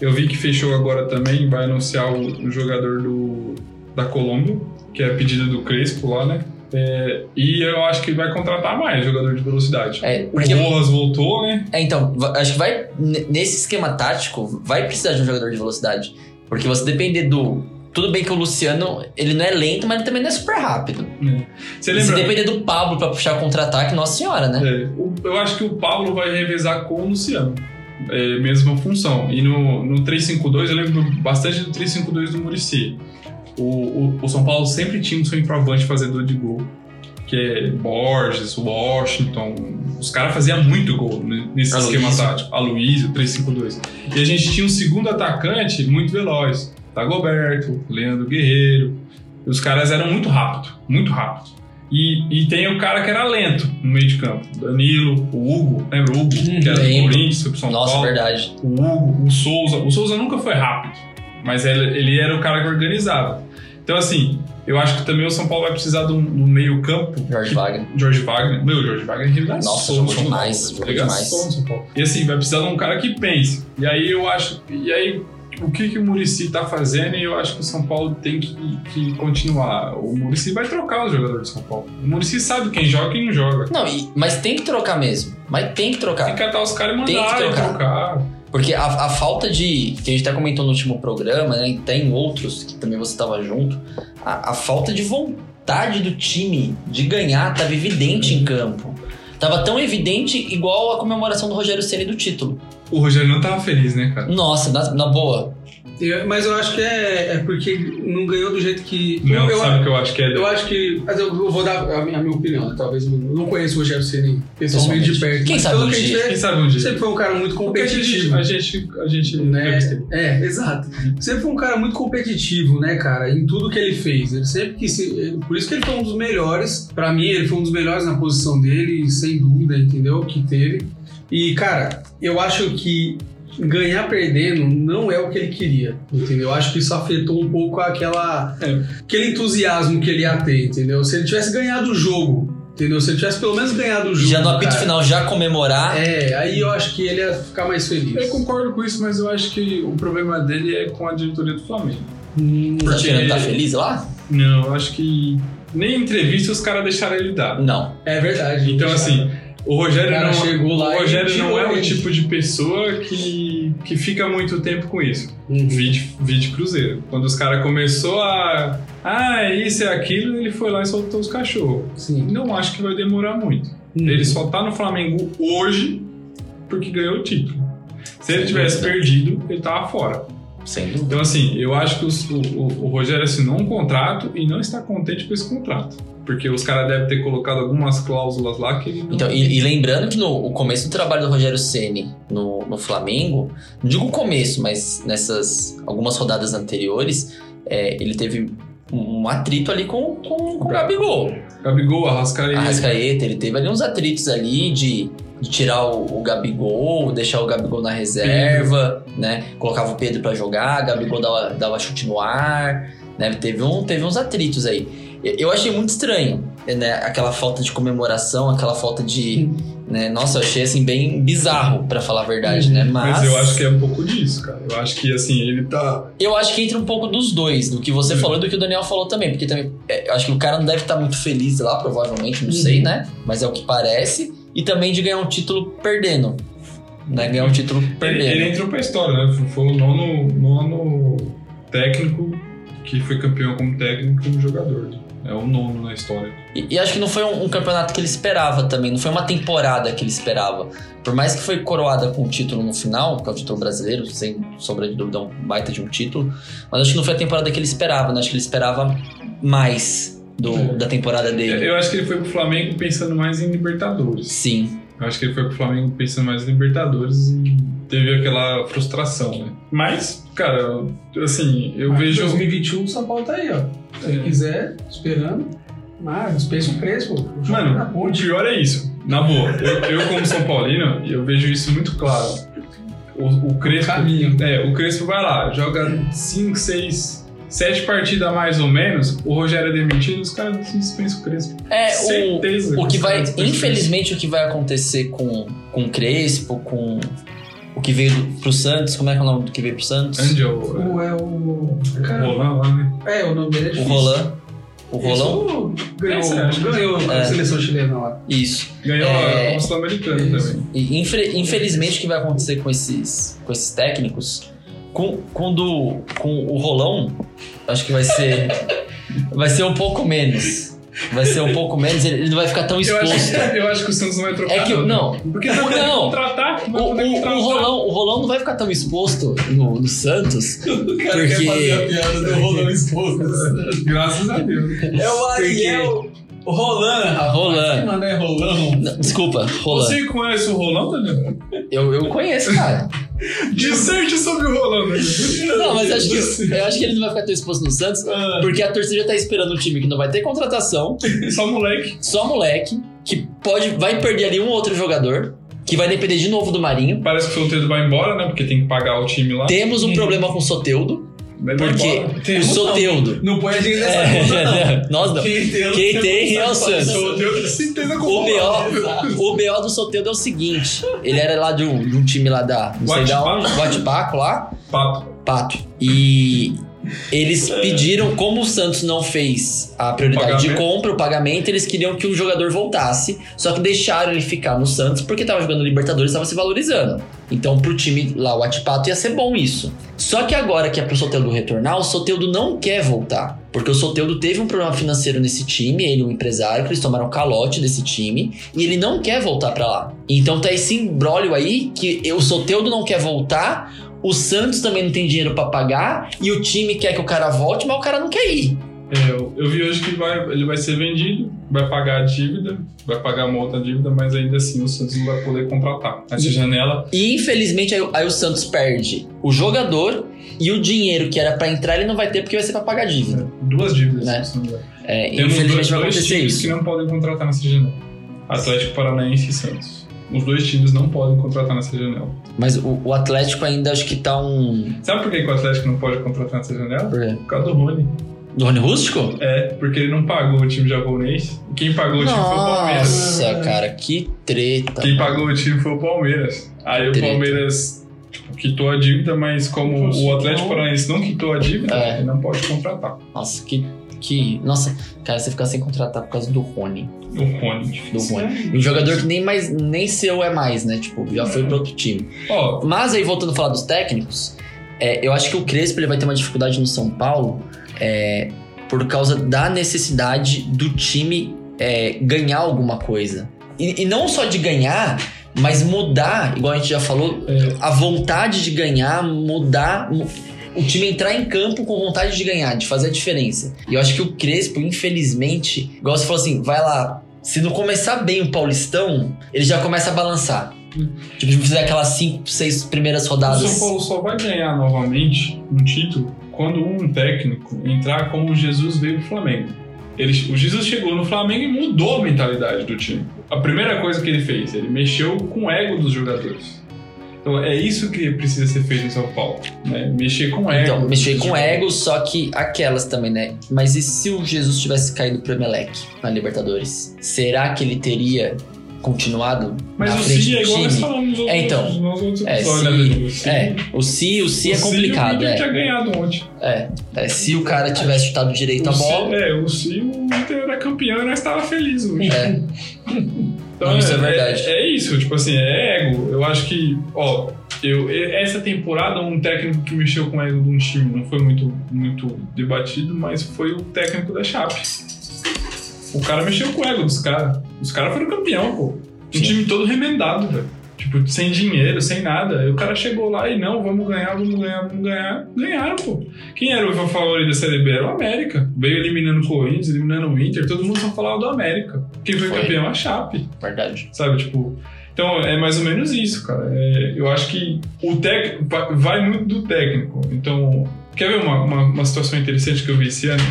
Speaker 2: eu vi que fechou agora também, vai anunciar o, o jogador do, da Colômbia, que é pedido do Crespo lá, né? É, e eu acho que vai contratar mais jogador de velocidade.
Speaker 3: É,
Speaker 2: O
Speaker 3: porque-
Speaker 2: Rolas voltou, né?
Speaker 3: é, então, va- acho que vai. n- Nesse esquema tático, vai precisar de um jogador de velocidade. Porque você depender do. Tudo bem que o Luciano, ele não é lento, mas ele também não é super rápido.
Speaker 2: Você
Speaker 3: Se
Speaker 2: lembra?
Speaker 3: depender do Pablo pra puxar contra-ataque, nossa senhora, né?
Speaker 2: É, o- eu acho que o Pablo vai revezar com o Luciano. É, mesma função. E no, no 3-5-2, eu lembro bastante do 3-5-2 do Murici. O, o, o São Paulo sempre tinha um centroavante fazedor de gol. Que é Borges, Washington. Os caras faziam muito gol ne- nesse
Speaker 3: Aloysio.
Speaker 2: esquema tático. Aloysio, 3-5-2. E a gente tinha um segundo atacante muito veloz. Dagoberto, Leandro Guerreiro. Os caras eram muito rápido, muito rápido. E, e tem o cara que era lento no meio de campo. Danilo, o Hugo, lembra o Hugo? Que era do
Speaker 3: Hum, Lembro.
Speaker 2: Corinthians, foi pro São
Speaker 3: Nossa,
Speaker 2: Paulo.
Speaker 3: verdade.
Speaker 2: O Hugo, o Souza. O Souza nunca foi rápido, mas ele, ele era o cara que organizava. Então, assim, eu acho que também o São Paulo vai precisar um, do, meio campo.
Speaker 3: Jorge Wagner.
Speaker 2: Jorge Wagner. Meu, Jorge Wagner regaçou
Speaker 3: Nossa,
Speaker 2: no
Speaker 3: jogou
Speaker 2: São Paulo.
Speaker 3: demais, jogou
Speaker 2: Regaçou
Speaker 3: demais.
Speaker 2: no São Paulo. E assim, vai precisar de um cara que pense. E aí eu acho. E aí, o que, que o Murici tá fazendo? E eu acho que o São Paulo tem que, que continuar. O Murici vai trocar os jogadores do São Paulo. O Murici sabe quem joga e quem não joga.
Speaker 3: Não, e- mas tem que trocar mesmo. Mas tem que
Speaker 2: Tem
Speaker 3: trocar.
Speaker 2: que catar os caras e
Speaker 3: Tem que
Speaker 2: mandar e
Speaker 3: trocar.
Speaker 2: trocar.
Speaker 3: Porque a, a falta de. Que a gente até comentou no último programa, né? e Tem outros que também você estava junto. A, a falta de vontade do time de ganhar tava evidente em campo. Tava tão evidente igual a comemoração do Rogério Ceni do título.
Speaker 2: O Rogério não tava feliz, né, cara?
Speaker 3: Nossa, na, na boa.
Speaker 5: Eu- mas eu acho que é, é porque não ganhou do jeito que.
Speaker 2: Não,
Speaker 5: eu,
Speaker 2: sabe o que eu acho que é.
Speaker 5: eu acho que. Mas eu eu vou dar a minha, a minha opinião, né? Talvez eu não conheço o Rogério Ceni pessoalmente de perto.
Speaker 3: Quem
Speaker 5: mas
Speaker 3: sabe
Speaker 5: pelo
Speaker 3: um
Speaker 5: que a gente
Speaker 3: dia?
Speaker 5: vê,
Speaker 2: Quem sabe um dia?
Speaker 5: sempre foi um cara muito
Speaker 2: Porque a gente.
Speaker 5: competitivo.
Speaker 2: A gente. A gente
Speaker 5: Né?
Speaker 2: entrevista ele.
Speaker 5: É, exato. Sempre foi um cara muito competitivo, né, cara, em tudo que ele fez. Ele sempre que se, ele- por isso que ele foi um dos melhores. Pra mim, ele foi um dos melhores na posição dele, sem dúvida, entendeu? Que teve. E cara, eu acho que ganhar perdendo não é o que ele queria, entendeu? Eu acho que isso afetou um pouco aquela,
Speaker 3: É.
Speaker 5: aquele entusiasmo que ele ia ter, entendeu? Se ele tivesse ganhado o jogo, entendeu? Se ele tivesse pelo menos ganhado o jogo.
Speaker 3: Já no apito
Speaker 5: cara,
Speaker 3: final, já comemorar.
Speaker 5: É, aí eu acho que ele ia ficar mais
Speaker 2: Eu
Speaker 5: feliz.
Speaker 2: concordo com isso, mas eu acho que o problema dele é com a diretoria do Flamengo.
Speaker 5: Hum,
Speaker 3: Tá tirando, tá
Speaker 2: Porque-
Speaker 3: feliz lá?
Speaker 2: Não, eu acho que nem em entrevista os caras deixaram ele dar.
Speaker 3: Não.
Speaker 5: É verdade.
Speaker 2: Então,
Speaker 5: cara.
Speaker 2: assim, o Rogério
Speaker 5: O cara
Speaker 2: não,
Speaker 5: chegou lá
Speaker 2: o
Speaker 5: e
Speaker 2: Rogério
Speaker 5: tirou
Speaker 2: não é o
Speaker 5: ele.
Speaker 2: tipo de pessoa que, que fica muito tempo com isso.
Speaker 5: Uhum.
Speaker 2: Vide, vide Cruzeiro. Quando os caras começou a. Ah, isso é aquilo, ele foi lá e soltou os cachorros.
Speaker 5: Sim.
Speaker 2: Não acho que vai demorar muito.
Speaker 5: Uhum.
Speaker 2: Ele só tá no Flamengo hoje porque ganhou o título. Se
Speaker 5: é
Speaker 2: ele tivesse perdido, ele tava fora.
Speaker 3: Sem dúvida.
Speaker 2: Então, assim, eu acho que os- o, o- o Rogério assinou um contrato e não está contente com esse contrato. Porque os caras devem ter colocado algumas cláusulas lá que ele não
Speaker 3: Então, e, e lembrando que no o começo do trabalho do Rogério Ceni no, no Flamengo, não digo o começo, mas nessas algumas rodadas anteriores, é, ele teve um um atrito ali com, com, com o Gabigol.
Speaker 2: Gabigol, Arrascaeta.
Speaker 3: Arrascaeta, ele teve ali uns atritos ali de, de tirar o, o Gabigol, deixar o Gabigol na reserva, né? Colocava o Pedro pra jogar, Gabigol dava, dava chute no ar, né? Teve, um, teve uns atritos aí. Eu- Eu achei muito estranho, né? Aquela falta de comemoração, aquela falta de... Né? Nossa, eu achei, assim, bem bizarro, pra falar a verdade, né? Mas,
Speaker 2: Mas eu acho que é um pouco disso, cara. Eu acho que, assim, ele tá.
Speaker 3: eu acho que entra um pouco dos dois, do que você
Speaker 2: Sim.
Speaker 3: falou e do que o Daniel falou também, porque também é, eu acho que o cara não deve estar muito feliz lá, provavelmente, não sei,
Speaker 2: Uhum.
Speaker 3: né? Mas é o que parece. E também de ganhar um título perdendo. Né? Ganhar um título
Speaker 2: Ele,
Speaker 3: perdendo.
Speaker 2: ele entrou pra história, né? Foi- Foi o nono, nono técnico que foi campeão como técnico e como jogador. É o nono na história.
Speaker 3: E, e acho que não foi um, um campeonato que ele esperava também, não foi uma temporada que ele esperava. Por mais que foi coroada com o título no final, que é o título brasileiro, sem sombra de dúvida, um baita de um título, mas acho que não foi a temporada que ele esperava, né? Acho que ele esperava mais do, da temporada dele.
Speaker 2: Uhum. É, Eu acho que ele foi pro Flamengo pensando mais em Libertadores.
Speaker 3: Sim.
Speaker 2: Eu acho que ele foi pro Flamengo pensando mais em Libertadores e teve aquela frustração, né? Mas, cara, assim, eu
Speaker 5: Mas
Speaker 2: vejo.
Speaker 5: 2021 o São Paulo tá aí, ó. Se quiser, esperando. Mas dispensa o preço, pô. O jogo tá
Speaker 2: Mano,
Speaker 5: bom,
Speaker 2: o
Speaker 5: tio.
Speaker 2: pior é isso. Na boa, eu, eu como São Paulino, eu vejo isso muito claro. O, o Crespo.
Speaker 5: caminho.
Speaker 2: É, o Crespo vai lá, joga 5, 6, 7 partidas mais ou menos, o Rogério é demitido, os caras dispensam o Crespo.
Speaker 3: É, o,
Speaker 2: Certeza.
Speaker 3: o que
Speaker 2: os
Speaker 3: vai.
Speaker 2: caras dispensam o
Speaker 3: Infelizmente, o que vai acontecer com, com o Crespo, com o que veio do- pro Santos, como é que é o nome do que veio pro Santos?
Speaker 2: Crespo. Angel,
Speaker 5: O- é o.
Speaker 2: é,
Speaker 5: Cara,
Speaker 2: Roland lá, né?
Speaker 5: é, o nome dele é
Speaker 3: o
Speaker 5: difícil.
Speaker 3: Roland. O Rolão?
Speaker 5: Isso Ganhou,
Speaker 2: Esse é, acho que-
Speaker 5: ganhou
Speaker 3: É.
Speaker 5: a seleção chilena lá.
Speaker 3: Isso.
Speaker 2: Ganhou
Speaker 3: É.
Speaker 2: a Copa Sul-Americana
Speaker 5: Isso.
Speaker 2: também.
Speaker 3: E infre- infelizmente, o que vai acontecer com esses, com esses técnicos? Com, com, do, com o Rolão, acho que vai ser. vai ser um pouco menos. Vai ser um pouco menos, ele ele não vai ficar tão
Speaker 2: Eu acho,
Speaker 3: exposto.
Speaker 2: que, eu acho que o Santos não vai trocar.
Speaker 3: É que. Não,
Speaker 2: Porque tá não vai
Speaker 3: Não.
Speaker 2: contratar,
Speaker 3: O,
Speaker 2: não vai
Speaker 3: o,
Speaker 5: é
Speaker 2: poder
Speaker 5: tá
Speaker 2: contratar.
Speaker 3: o, Rolão, o Rolão não vai ficar tão exposto no, no Santos. Porque.
Speaker 5: piada do Roland exposto.
Speaker 2: Graças a Deus.
Speaker 5: É o Ariel Roland, rapaz.
Speaker 3: Roland.
Speaker 5: Mano, é Roland.
Speaker 3: Ah, Não, desculpa, Rolando.
Speaker 2: Você conhece o Rolão, Daniel?
Speaker 3: Eu, eu conheço, cara.
Speaker 2: Disserte sobre o Rolão, Daniel.
Speaker 3: Não, mas acho que, eu acho que ele não vai ficar tão exposto no Santos,
Speaker 2: Ah,
Speaker 3: porque a torcida já tá esperando um time que não vai ter contratação,
Speaker 2: Só moleque.
Speaker 3: só moleque, que pode, vai perder ali um outro jogador, que vai depender de novo do Marinho.
Speaker 2: Parece que o Solteiro vai embora, né? Porque tem que pagar o time lá.
Speaker 3: Temos
Speaker 5: Uhum.
Speaker 3: um problema com o Soteudo,
Speaker 2: Mas vai embora.
Speaker 3: porque o Soteudo.
Speaker 5: Não põe a gente nessa conta, não.
Speaker 3: É, nós não.
Speaker 5: Quem tem,
Speaker 3: Quem tem é o Santos.
Speaker 2: Eu tenho certeza é. que eu
Speaker 3: O
Speaker 2: vou falar.
Speaker 3: BO, o BO do Soteldo é o seguinte: ele era lá de um, de um time lá da. Não sei da onde, Guatipaco lá,
Speaker 2: Pato.
Speaker 3: Pato. E eles pediram, como o Santos não fez a prioridade de
Speaker 2: Pagamento.
Speaker 3: compra, o pagamento, eles queriam que o jogador voltasse, só que deixaram ele ficar no Santos porque tava jogando Libertadores, tava se valorizando. Então pro time lá, o Atipato ia ser bom isso. Só que agora que é pro Soteldo retornar, o Soteldo não quer voltar. Porque o Soteldo teve um problema financeiro nesse time, ele, o empresário, que eles tomaram calote desse time, e ele não quer voltar pra lá. Então tá esse imbróglio aí que o Soteldo não quer voltar, o Santos também não tem dinheiro pra pagar e o time quer que o cara volte, mas o cara não quer ir.
Speaker 2: É, eu, eu vi hoje que vai, ele vai ser vendido, vai pagar a dívida, vai pagar uma outra dívida, mas ainda assim o Santos não vai poder contratar. Essa
Speaker 3: Uhum.
Speaker 2: janela.
Speaker 3: E infelizmente aí, o- aí o Santos perde o jogador e o dinheiro que era pra entrar ele não vai ter porque vai ser pra pagar dívida.
Speaker 2: Duas dívidas.
Speaker 3: Né?
Speaker 2: se não me engano.
Speaker 3: É,
Speaker 2: Temos dois, né?
Speaker 3: infelizmente vai
Speaker 2: dois
Speaker 3: acontecer
Speaker 2: times que
Speaker 3: isso.
Speaker 2: não podem contratar nessa janela. Atlético Paranaense e Santos. Os dois times não podem contratar nessa janela.
Speaker 3: Mas o, o Atlético ainda acho que tá um.
Speaker 2: Sabe por que que o Atlético não pode contratar nessa janela?
Speaker 3: por quê?
Speaker 2: Por causa do Rony.
Speaker 3: Rony Rústico?
Speaker 2: É, porque ele não pagou o time japonês. Quem pagou o time foi o Palmeiras.
Speaker 3: Nossa, cara, que treta.
Speaker 2: Quem pagou o time foi o Palmeiras. Aí o
Speaker 3: Treta.
Speaker 2: Palmeiras tipo, quitou a dívida, mas como o Atlético Paranaense não quitou a dívida,
Speaker 3: É.
Speaker 2: ele não pode contratar.
Speaker 3: Nossa, que. que... Nossa, cara, você ficar sem contratar por causa do Rony.
Speaker 2: O Rony.
Speaker 3: Do Rony. Um jogador que nem mais nem seu é mais, né? Tipo, já foi pra outro time.
Speaker 2: Ó,
Speaker 3: Mas aí, voltando a falar dos técnicos, é, eu acho que o Crespo ele vai ter uma dificuldade no São Paulo é, por causa da necessidade do time é, ganhar alguma coisa. E, e não só de ganhar, mas mudar, igual a gente já falou,
Speaker 2: É.
Speaker 3: a vontade de ganhar, mudar. mu- O time entrar em campo com vontade de ganhar, de fazer a diferença. E eu acho que o Crespo, infelizmente, igual você falou assim, vai lá. Se não começar bem o Paulistão, ele já começa a balançar. Tipo, de fazer aquelas 5, 6 primeiras
Speaker 2: O
Speaker 3: rodadas.
Speaker 2: São Paulo só vai ganhar novamente um título quando um técnico entrar como o Jesus veio pro Flamengo. Ele, o Jesus chegou no Flamengo e mudou a mentalidade do time. A primeira coisa que ele fez, ele mexeu com o ego dos jogadores. Então é isso que precisa ser feito em São Paulo, né? Mexer com o ego. né?
Speaker 3: Então, mexer
Speaker 2: dos
Speaker 3: com
Speaker 2: jogadores.
Speaker 3: ego, só que aquelas também, né? Mas e se o Jesus tivesse caído pro Emelec na Libertadores? Será que ele teria continuado
Speaker 2: Mas
Speaker 3: na
Speaker 2: o
Speaker 3: frente
Speaker 2: Si é
Speaker 3: do
Speaker 2: igual nós
Speaker 3: time?
Speaker 2: falamos nos outros,
Speaker 3: É, então.
Speaker 2: nos outros
Speaker 3: É,
Speaker 2: episódios,
Speaker 3: se-
Speaker 2: né, Dudu? O Si-
Speaker 3: É, o se, o
Speaker 2: o Si
Speaker 3: se
Speaker 2: e
Speaker 3: é
Speaker 2: o
Speaker 3: complicado,
Speaker 2: Inter
Speaker 3: é.
Speaker 2: tinha ganhado ontem.
Speaker 3: É, Se o cara tivesse chutado direito a
Speaker 2: o Si-
Speaker 3: bola.
Speaker 2: é, o Si, o Inter era campeão e nós estávamos felizes hoje.
Speaker 3: É,
Speaker 2: Então,
Speaker 3: Não, isso é verdade.
Speaker 2: É, isso, tipo assim, é ego. Eu acho que, ó, eu, e- essa temporada um técnico que mexeu com o ego de um time não foi muito, muito debatido, mas foi o técnico da Chape. O cara mexeu com o ego dos caras. Os caras foram campeão, pô. Um time todo remendado, velho. Tipo, sem dinheiro, sem nada. Aí o cara chegou lá e não, vamos ganhar, vamos ganhar, vamos ganhar. Ganharam, pô. Quem era o favorito da Série B? Era o América. Veio eliminando o Corinthians, eliminando o Inter. Todo mundo só falava do América. Quem foi,
Speaker 3: Foi.
Speaker 2: campeão? A Chape
Speaker 3: verdade.
Speaker 2: sabe? Tipo, então é mais ou menos isso, cara. É, eu acho que o tec... vai- vai muito do técnico. Então, quer ver uma, uma, uma situação interessante que eu vi esse ano?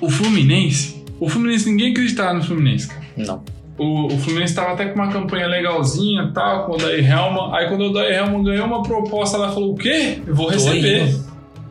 Speaker 2: O Fluminense. O Fluminense, ninguém acreditava no Fluminense, cara.
Speaker 3: Não.
Speaker 2: O, o Fluminense estava até com uma campanha legalzinha e tal, com o Odair Helman. Aí quando o Odair Helman ganhou uma proposta, ela falou, o quê? Eu vou
Speaker 3: Tô
Speaker 2: receber.
Speaker 3: indo.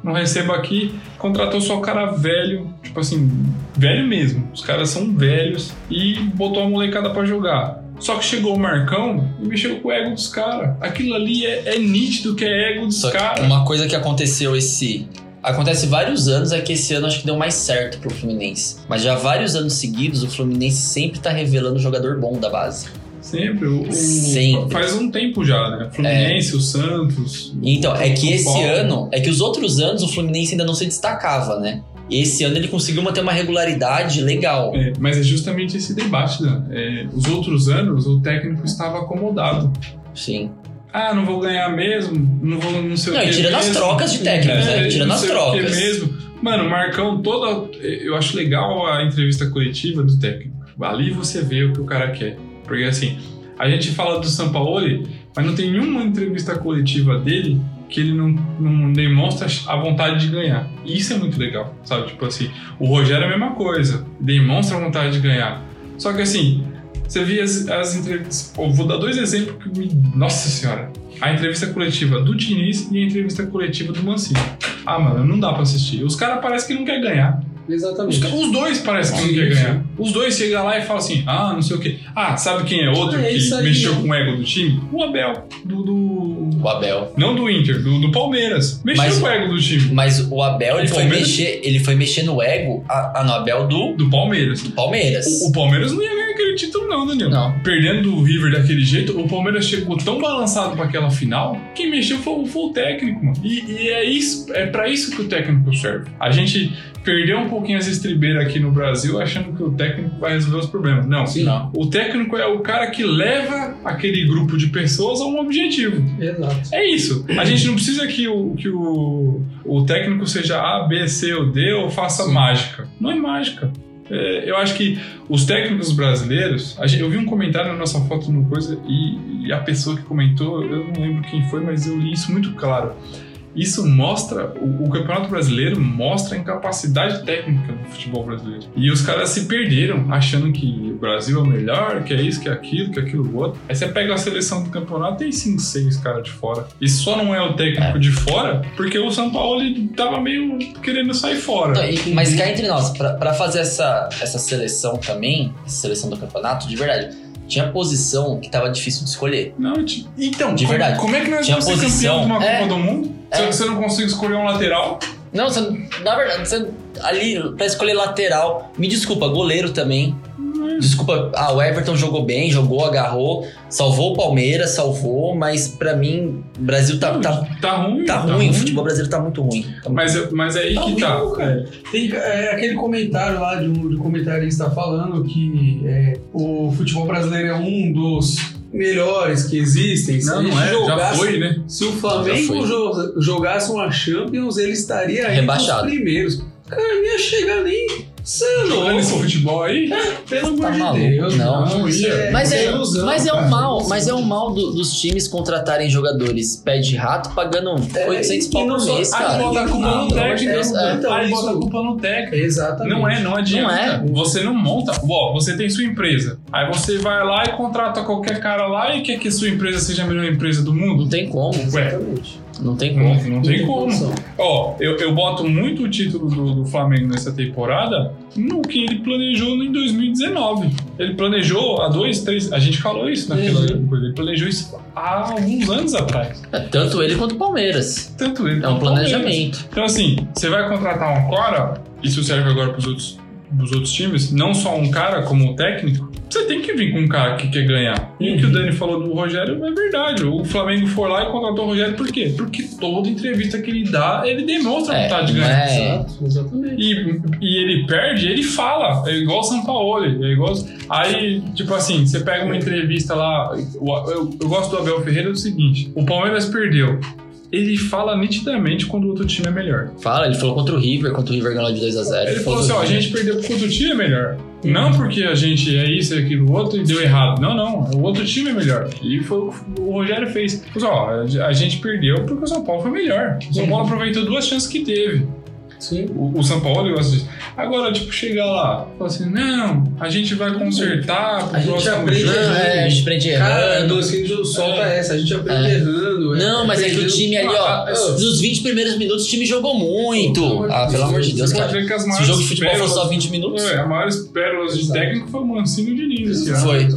Speaker 2: Não recebo aqui. Contratou só cara velho, tipo assim, velho mesmo. Os caras são velhos e botou a molecada pra jogar. Só que chegou o Marcão e mexeu com o ego dos caras. Aquilo ali é, é nítido que é ego dos
Speaker 3: Só que
Speaker 2: caras.
Speaker 3: uma coisa que aconteceu esse. Acontece vários anos, é que esse ano acho que deu mais certo pro Fluminense. Mas já vários anos seguidos, o Fluminense sempre tá revelando jogador bom da base.
Speaker 2: Sempre. O, o-
Speaker 3: Sempre. É.
Speaker 2: Faz um tempo já, né? O Fluminense, o Santos.
Speaker 3: Então, é que
Speaker 2: São
Speaker 3: esse
Speaker 2: Paulo.
Speaker 3: ano, é que os outros anos o Fluminense ainda não se destacava, né? Esse ano ele conseguiu manter uma regularidade legal.
Speaker 2: É, mas é justamente esse debate, né? É, os outros anos o técnico estava acomodado.
Speaker 3: Sim.
Speaker 2: Ah, não vou ganhar mesmo, não vou não sei
Speaker 3: Não,
Speaker 2: o que.
Speaker 3: e tirando as
Speaker 2: mesmo.
Speaker 3: trocas de
Speaker 2: É,
Speaker 3: técnicos, né? Tirando
Speaker 2: não
Speaker 3: as
Speaker 2: sei o que
Speaker 3: trocas.
Speaker 2: mesmo. Mano, o Marcão toda. Eu acho legal a entrevista coletiva do técnico. Ali você vê o que o cara quer. Porque assim, a gente fala do Sampaoli, mas não tem nenhuma entrevista coletiva dele que ele não, não demonstra a vontade de ganhar. E isso é muito legal, sabe? Tipo assim, o Rogério é a mesma coisa, demonstra a vontade de ganhar. Só que assim, você via as, as entrevistas. Eu vou dar dois exemplos que me. Nossa senhora! A entrevista coletiva do Diniz e a entrevista coletiva do Mancini. Ah, mano, não dá pra assistir. Os caras parecem que não quer ganhar. Os,
Speaker 5: Exatamente.
Speaker 2: ca- os dois parecem que não
Speaker 5: Sim,
Speaker 2: quer
Speaker 5: sim.
Speaker 2: ganhar. Os dois chegam lá e falam assim: ah, não sei o quê. Ah, sabe quem é outro
Speaker 5: É
Speaker 2: que
Speaker 5: isso aí,
Speaker 2: mexeu
Speaker 5: né?
Speaker 2: com o ego do time? O Abel. Do. do-
Speaker 3: O Abel.
Speaker 2: Não do Inter, do, do Palmeiras. Mexeu
Speaker 3: Mas-
Speaker 2: com o ego do time.
Speaker 3: Mas o Abel, ele
Speaker 2: O
Speaker 3: foi
Speaker 2: Palmeiras?
Speaker 3: mexer, ele foi mexer no ego, a, a no Abel do
Speaker 2: Do Palmeiras.
Speaker 3: Palmeiras.
Speaker 2: O, o Palmeiras não ia ganhar aquele título, não, Daniel.
Speaker 3: Não.
Speaker 2: Perdendo o River daquele jeito, o Palmeiras chegou tão balançado pra aquela final, quem mexeu foi, o- foi o técnico, mano. E, e é isso, é para isso que o técnico serve. A gente perdeu um pouquinho as estribeiras aqui no Brasil achando que o técnico vai resolver os problemas. Não.
Speaker 5: Sim.
Speaker 3: Não.
Speaker 2: O técnico é o cara que leva aquele grupo de pessoas a um objetivo.
Speaker 5: Exato.
Speaker 2: É isso. A gente não precisa que o, que o, o técnico seja A, B, C ou D ou faça mágica. Não é mágica. É, eu acho que os técnicos brasileiros. a gente- eu vi um comentário na nossa foto no Coisa e, e a pessoa que comentou, eu não lembro quem foi, mas eu li isso muito claro. Isso mostra, o, o Campeonato Brasileiro mostra a incapacidade técnica do futebol brasileiro. E os caras se perderam, achando que o Brasil é o melhor, que é isso, que é aquilo, que é aquilo outro. Aí você pega a seleção do campeonato e tem 5, 6 caras de fora. E só não é o técnico de fora porque o São Paulo ele tava meio querendo sair fora.
Speaker 3: Não, Então, e- mas cá entre nós, pra, pra fazer essa, essa seleção também, essa seleção do campeonato, de verdade, tinha posição que tava difícil de escolher.
Speaker 2: Não, ti- então,
Speaker 3: De
Speaker 2: como,
Speaker 3: verdade.
Speaker 2: como é que nós
Speaker 3: Tinha
Speaker 2: vamos ser
Speaker 3: posição.
Speaker 2: campeão de uma
Speaker 3: É.
Speaker 2: Copa do Mundo?
Speaker 3: É.
Speaker 2: Se você não consegue escolher um lateral,
Speaker 3: Não, você, na verdade, você, ali, pra escolher lateral, me desculpa, goleiro também. Desculpa, ah, o Everton jogou bem, jogou, agarrou, salvou o Palmeiras, salvou, mas pra mim, o Brasil tá, tá,
Speaker 2: tá ruim.
Speaker 3: tá ruim, o futebol brasileiro tá muito ruim. Tá muito-
Speaker 2: Mas, mas é aí que tá.
Speaker 5: Não, cara. Tem é, aquele comentário lá de um de um comentarista falando que é, o futebol brasileiro é um dos melhores que existem. Se
Speaker 2: Não,
Speaker 5: ele
Speaker 2: não é, já
Speaker 5: jogasse-
Speaker 2: foi, né?
Speaker 5: Se o
Speaker 3: Já
Speaker 5: Flamengo
Speaker 3: foi.
Speaker 5: jo- jogasse uma Champions, ele estaria aí
Speaker 3: Rebaixado.
Speaker 5: entre os primeiros. Cara, não ia chegar nem. Cê é
Speaker 2: Jogando esse
Speaker 5: louco.
Speaker 2: futebol aí.
Speaker 5: Pelo amor
Speaker 3: Tá
Speaker 5: de
Speaker 3: maluco,
Speaker 5: Deus.
Speaker 3: não.
Speaker 5: isso
Speaker 3: Mas é,
Speaker 5: ilusão,
Speaker 3: mas é
Speaker 5: cara.
Speaker 3: um mal, mas é um mal do- dos times contratarem jogadores pé de rato pagando
Speaker 5: É,
Speaker 3: 800
Speaker 5: e
Speaker 3: pau
Speaker 5: não
Speaker 3: por
Speaker 5: só-
Speaker 3: mês,
Speaker 5: Ah,
Speaker 2: Aí
Speaker 3: cara.
Speaker 2: bota a culpa
Speaker 5: Ah,
Speaker 2: no
Speaker 5: pelo amor de
Speaker 2: técnico.
Speaker 5: Deus.
Speaker 3: é,
Speaker 5: Então,
Speaker 2: Aí
Speaker 5: isso-
Speaker 2: bota a culpa no técnico.
Speaker 5: Exatamente.
Speaker 2: Não é, não adianta.
Speaker 3: Não é.
Speaker 2: Você não monta. Ó, você tem sua empresa. Aí você vai lá e contrata qualquer cara lá e quer que sua empresa seja a melhor empresa do
Speaker 3: Não
Speaker 2: mundo?
Speaker 3: tem como,
Speaker 2: Ué,
Speaker 5: Exatamente.
Speaker 3: não tem
Speaker 2: não,
Speaker 3: como.
Speaker 2: não tem como.
Speaker 5: condição.
Speaker 2: Ó, eu, eu boto muito o título do, do Flamengo nessa temporada no que ele planejou em 2019. Ele planejou há dois, três. A gente falou isso naquela
Speaker 3: Uhum.
Speaker 2: coisa. Ele planejou isso há alguns anos atrás.
Speaker 3: É, tanto ele quanto o Palmeiras.
Speaker 2: Tanto ele.
Speaker 3: É um
Speaker 2: quanto o Palmeiras.
Speaker 3: planejamento.
Speaker 2: Então, assim, você vai contratar um cara, isso serve agora pros outros, pros outros times, não só um cara como o técnico. Você tem que vir com um cara que quer ganhar. E o
Speaker 3: Uhum.
Speaker 2: que o Dani falou do Rogério é verdade. O Flamengo foi lá e contratou o Rogério por quê? Porque toda entrevista que ele dá, ele demonstra
Speaker 3: É,
Speaker 2: vontade tá de
Speaker 3: não
Speaker 2: ganhar.
Speaker 3: é,
Speaker 5: Exato, exatamente.
Speaker 2: E, e ele perde, ele fala. É igual o São Paulo. É igual... Aí, tipo assim, você pega uma entrevista lá. o- Eu, eu gosto do Abel Ferreira do seguinte: o Palmeiras perdeu. Ele fala nitidamente quando o outro time é melhor.
Speaker 3: Fala, ele falou contra o River, contra o River ganhou de 2x0.
Speaker 2: Ele falou assim: ó, a gente perdeu porque o outro time é melhor. Não porque a gente é isso e aquilo outro e deu errado. Não, não. O outro time é melhor. E foi o que o Rogério fez. Falou assim, ó, a gente perdeu porque o São Paulo foi melhor. O São Paulo aproveitou duas chances que teve.
Speaker 5: Sim.
Speaker 2: O, o São Paulo gosta disso. Agora, tipo, chegar lá, falar assim, não, a gente vai consertar pro
Speaker 5: A gente
Speaker 2: próximo
Speaker 5: aprende,
Speaker 2: jogo.
Speaker 5: né?
Speaker 3: É, a gente prende
Speaker 5: Cara,
Speaker 3: errando.
Speaker 5: docinho solta essa, a gente aprende
Speaker 3: É.
Speaker 5: errando.
Speaker 3: Não, mas é que o
Speaker 5: aprendendo-
Speaker 3: time ali, ó,
Speaker 5: Ah, ah,
Speaker 3: nos 20 primeiros minutos o time jogou muito. Ah, pelo amor de Deus,
Speaker 2: Você pode
Speaker 3: cara.
Speaker 2: ver que as
Speaker 3: Se o
Speaker 2: maiores
Speaker 3: jogo de futebol
Speaker 2: pérolas-
Speaker 3: fosse só 20 minutos,
Speaker 2: É, as maiores pérolas de
Speaker 5: Exato.
Speaker 2: técnico foi o Mancini e o Diniz esse ano.
Speaker 3: foi.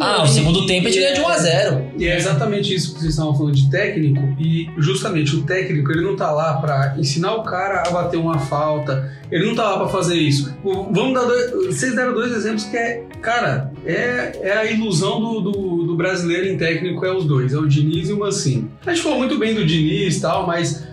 Speaker 3: Ah, o segundo tempo a gente ganhou de 1x0.
Speaker 5: E é exatamente isso que vocês estavam falando de técnico, e justamente o técnico, ele não tá lá pra ensinar o cara a bater uma falta, ele não tá lá pra fazer isso. O- Vamos dar dois, vocês deram dois exemplos que é, cara, é, é a ilusão do, do, do brasileiro em técnico, é os dois, é o Diniz e o Mancini. A gente falou muito bem do Diniz e tal, mas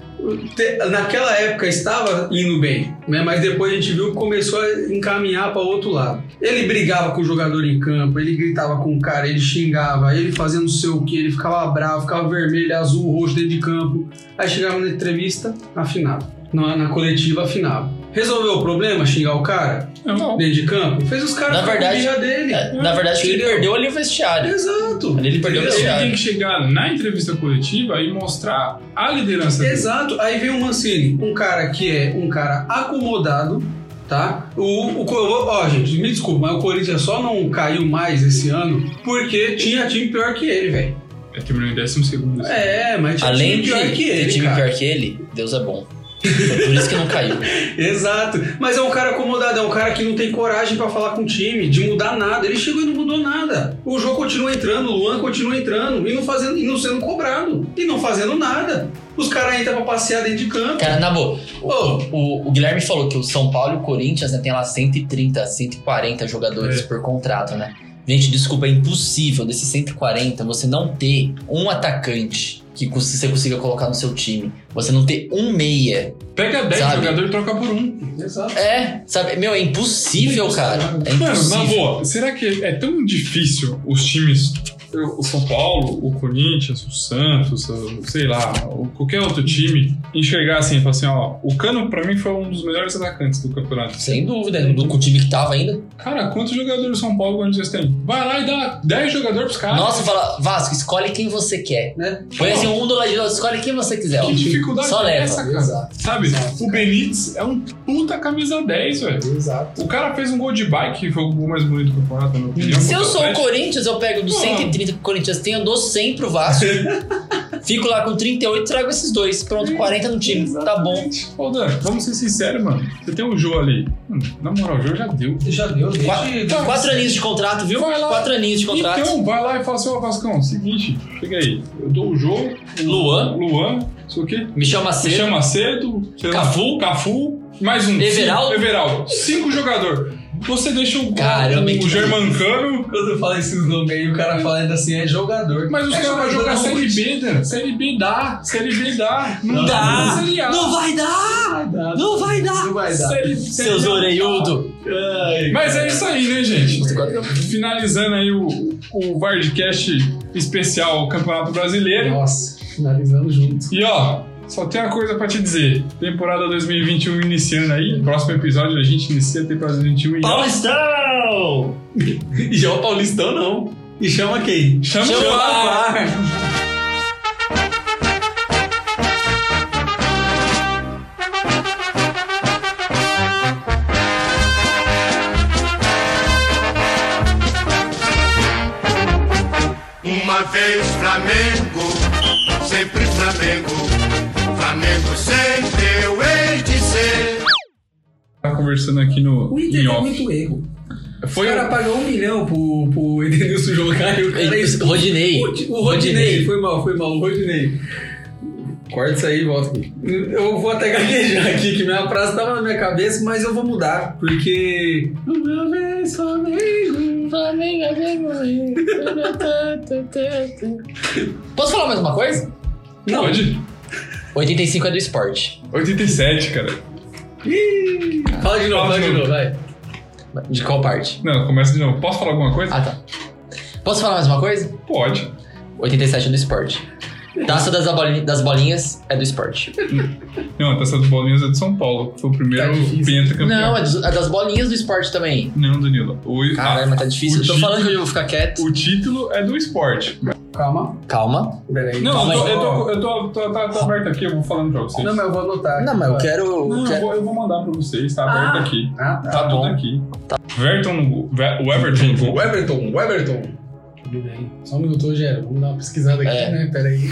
Speaker 5: te- naquela época estava indo bem, né? mas depois a gente viu que começou a encaminhar para outro lado. Ele brigava com o jogador em campo, ele gritava com o cara, ele xingava, ele fazia não sei o que, ele ficava bravo, ficava vermelho, azul, roxo dentro de campo. Aí chegava na entrevista, afinava. Na, na coletiva, afinava. Resolveu o problema, xingar o cara
Speaker 2: Não.
Speaker 5: dentro de campo? Fez os caras
Speaker 3: Na
Speaker 5: ficarem
Speaker 3: verdade-
Speaker 5: com birra dele.
Speaker 3: É, Na verdade, ele
Speaker 5: Entendeu?
Speaker 3: perdeu ali o vestiário.
Speaker 5: Exato.
Speaker 3: Ele perdeu
Speaker 2: Ele
Speaker 3: o
Speaker 5: Entendeu?
Speaker 2: tem
Speaker 3: vestiário.
Speaker 2: que chegar na entrevista coletiva e mostrar a liderança dele.
Speaker 5: Exato. Aí vem o Mancini, um cara que é um cara acomodado, tá? O, o, Co- ó, gente, me desculpa, mas o Corinthians só não caiu mais esse ano porque tinha time pior que ele, velho.
Speaker 2: É, terminou em décimo segundo. assim.
Speaker 5: É, mas tinha
Speaker 3: Além
Speaker 5: time
Speaker 3: de
Speaker 5: pior que
Speaker 3: ter
Speaker 5: ele,
Speaker 3: time
Speaker 5: cara.
Speaker 3: pior que ele, Deus é bom. Foi por isso que não caiu.
Speaker 5: Exato. Mas é um cara acomodado, é um cara que não tem coragem pra falar com o time, de mudar nada. Ele chegou e não mudou nada. O jogo continua entrando, o Luan continua entrando e não fazendo e não sendo cobrado e não fazendo nada. Os caras entram pra passear dentro de campo.
Speaker 3: Cara, na boa,
Speaker 5: Ô,
Speaker 3: o, o Guilherme falou que o São Paulo e o Corinthians né, tem lá 130, 140 jogadores por contrato, né? Gente, desculpa, é impossível desses 140 você não ter um atacante que cons- você consiga colocar no seu time. Você não ter um meia.
Speaker 2: Pega 10
Speaker 3: Sabe?
Speaker 2: jogadores e troca por um.
Speaker 5: Exato.
Speaker 3: É, sabe? Meu, é impossível, cara. É
Speaker 2: Mano, na
Speaker 3: impossível.
Speaker 2: boa, será que é tão difícil os times, o São Paulo, o Corinthians, o Santos, o- sei lá, o- qualquer outro time, enxergar assim, falar assim, ó, o Cano pra mim foi um dos melhores atacantes do campeonato.
Speaker 3: Sem dúvida, do com o time que tava ainda.
Speaker 2: Cara, quantos jogadores do São Paulo e Corinthians tem? Vai lá e dá 10 jogadores pros caras.
Speaker 3: Nossa, fala, Vasco, escolhe quem você quer.
Speaker 5: Né?
Speaker 3: Põe assim, um do lado de outro, escolhe quem você quiser. ó.
Speaker 2: Que dificuldade
Speaker 3: Só
Speaker 2: é
Speaker 3: leva.
Speaker 2: essa, cara?
Speaker 6: Exato,
Speaker 2: Sabe?
Speaker 6: Exato,
Speaker 2: o Benítez é um puta camisa 10, velho.
Speaker 6: exato.
Speaker 2: O cara fez um gol de bike, que foi o gol mais bonito do campeonato, na minha opinião.
Speaker 3: Se eu
Speaker 2: contra
Speaker 3: sou o
Speaker 2: Atlético.
Speaker 3: Corinthians, eu pego dos
Speaker 2: Não.
Speaker 3: 130 que o Corinthians tem, eu dou 100 pro Vasco. Fico lá com 38 e trago esses dois. Pronto, 40 no time. Tá bom.
Speaker 2: Ô, Dan, vamos ser sinceros, mano. Você tem o Jô ali. Mano, na moral, o Jô já deu.
Speaker 6: Já deu, deixa.
Speaker 5: então
Speaker 2: Tá,
Speaker 3: Quatro aninhos de contrato, viu?
Speaker 2: Vai lá.
Speaker 3: Quatro aninhos de contrato.
Speaker 2: Então, vai lá e fala assim, ó, Vascão, seguinte, chega aí. Eu dou o Jô,
Speaker 3: Luan,
Speaker 2: Luan, não sei o quê.
Speaker 3: Michel
Speaker 2: Se
Speaker 3: Macedo.
Speaker 2: chama cedo, sei lá,
Speaker 3: Cafu.
Speaker 2: Cafu, mais um.
Speaker 3: Everaldo.
Speaker 2: Cinco, Everaldo. Cinco jogador. Você deixa o,
Speaker 3: Caramba,
Speaker 2: o,
Speaker 3: que
Speaker 2: Germancano,
Speaker 5: Quando eu falo esses nomes aí, o cara fala ainda assim, é jogador.
Speaker 2: mas os
Speaker 5: é
Speaker 2: caras vão jogar
Speaker 5: jogador,
Speaker 2: Série B, né? Série B dá, Série B dá. Não, dá.
Speaker 3: Dá.
Speaker 2: Série A.
Speaker 3: Não vai dar!
Speaker 6: Vai dar,
Speaker 3: Não vai dar!
Speaker 6: não vai dar.
Speaker 2: Série- Série
Speaker 3: Seus
Speaker 2: A.
Speaker 3: orelhudo!
Speaker 2: Mas é isso aí, né, gente? Finalizando aí o, o Vardcast especial Campeonato Brasileiro.
Speaker 6: Nossa, finalizando junto.
Speaker 2: E ó, só tem uma coisa pra te dizer. Temporada 2021 iniciando aí. Próximo episódio a gente inicia a temporada 2021 e um ó,
Speaker 3: Paulistão!
Speaker 5: E já o Paulistão não. E chama quem?
Speaker 2: chama,
Speaker 3: Chama
Speaker 2: o
Speaker 3: o
Speaker 2: Vasco.
Speaker 5: Claro.
Speaker 4: Uma vez Flamengo, sempre Flamengo. Flamengo sempre eu hei de ser.
Speaker 2: Tá conversando aqui no
Speaker 5: O
Speaker 3: tá
Speaker 5: Inter
Speaker 2: em
Speaker 5: tem
Speaker 2: off.
Speaker 5: muito erro.
Speaker 2: Foi
Speaker 5: o cara pagou um milhão pro, pro Edenilson jogar e o cara...
Speaker 3: Rodinei.
Speaker 5: O, o Rodinei, foi mal, foi mal, o Rodinei. Corta isso aí e volta aqui. Eu vou até gaguejar aqui, que minha frase tava na minha cabeça, mas eu vou mudar, porque. Uma vez Flamengo.
Speaker 3: Posso falar mais uma coisa?
Speaker 5: Não,
Speaker 2: Pode?
Speaker 3: 85 é do esporte.
Speaker 2: 87, cara.
Speaker 5: fala de novo, fala de novo, vai.
Speaker 3: De qual parte?
Speaker 2: Não, começa de novo. Posso falar alguma coisa?
Speaker 3: Ah, tá. Posso falar mais uma coisa?
Speaker 2: Pode.
Speaker 3: 87 é do esporte. Taça das, aboli- das bolinhas é do esporte.
Speaker 2: Não, a Taça dos Bolinhas é de São Paulo. Foi o primeiro
Speaker 5: Tá difícil.
Speaker 2: penta campeão.
Speaker 3: Não, é, dos- é das bolinhas do esporte também.
Speaker 2: Não, Danilo. O,
Speaker 3: Caralho, mas tá difícil.
Speaker 2: o
Speaker 3: Eu tô
Speaker 2: título-
Speaker 3: falando que eu vou ficar quieto.
Speaker 2: O título é do esporte.
Speaker 5: Calma.
Speaker 3: Calma.
Speaker 5: Peraí.
Speaker 2: Não,
Speaker 3: Calma
Speaker 2: eu tô,
Speaker 3: aí.
Speaker 2: eu tô, eu tô, tô- tá, tá aberto aqui, eu vou falando pra vocês.
Speaker 5: Não, mas eu vou anotar.
Speaker 3: Não, mas eu quero.
Speaker 2: Não, eu,
Speaker 3: quero...
Speaker 2: vou, eu vou mandar pra vocês, tá aberto
Speaker 5: Ah.
Speaker 2: aqui.
Speaker 5: Ah,
Speaker 2: Tá, tudo aqui. Verton no gol. Ve- O Everton no gol.
Speaker 5: Weberton, Weberton.
Speaker 6: Tudo bem. Só um minuto, Rogério. Vamos dar uma pesquisada aqui,
Speaker 3: É.
Speaker 6: né? Pera aí.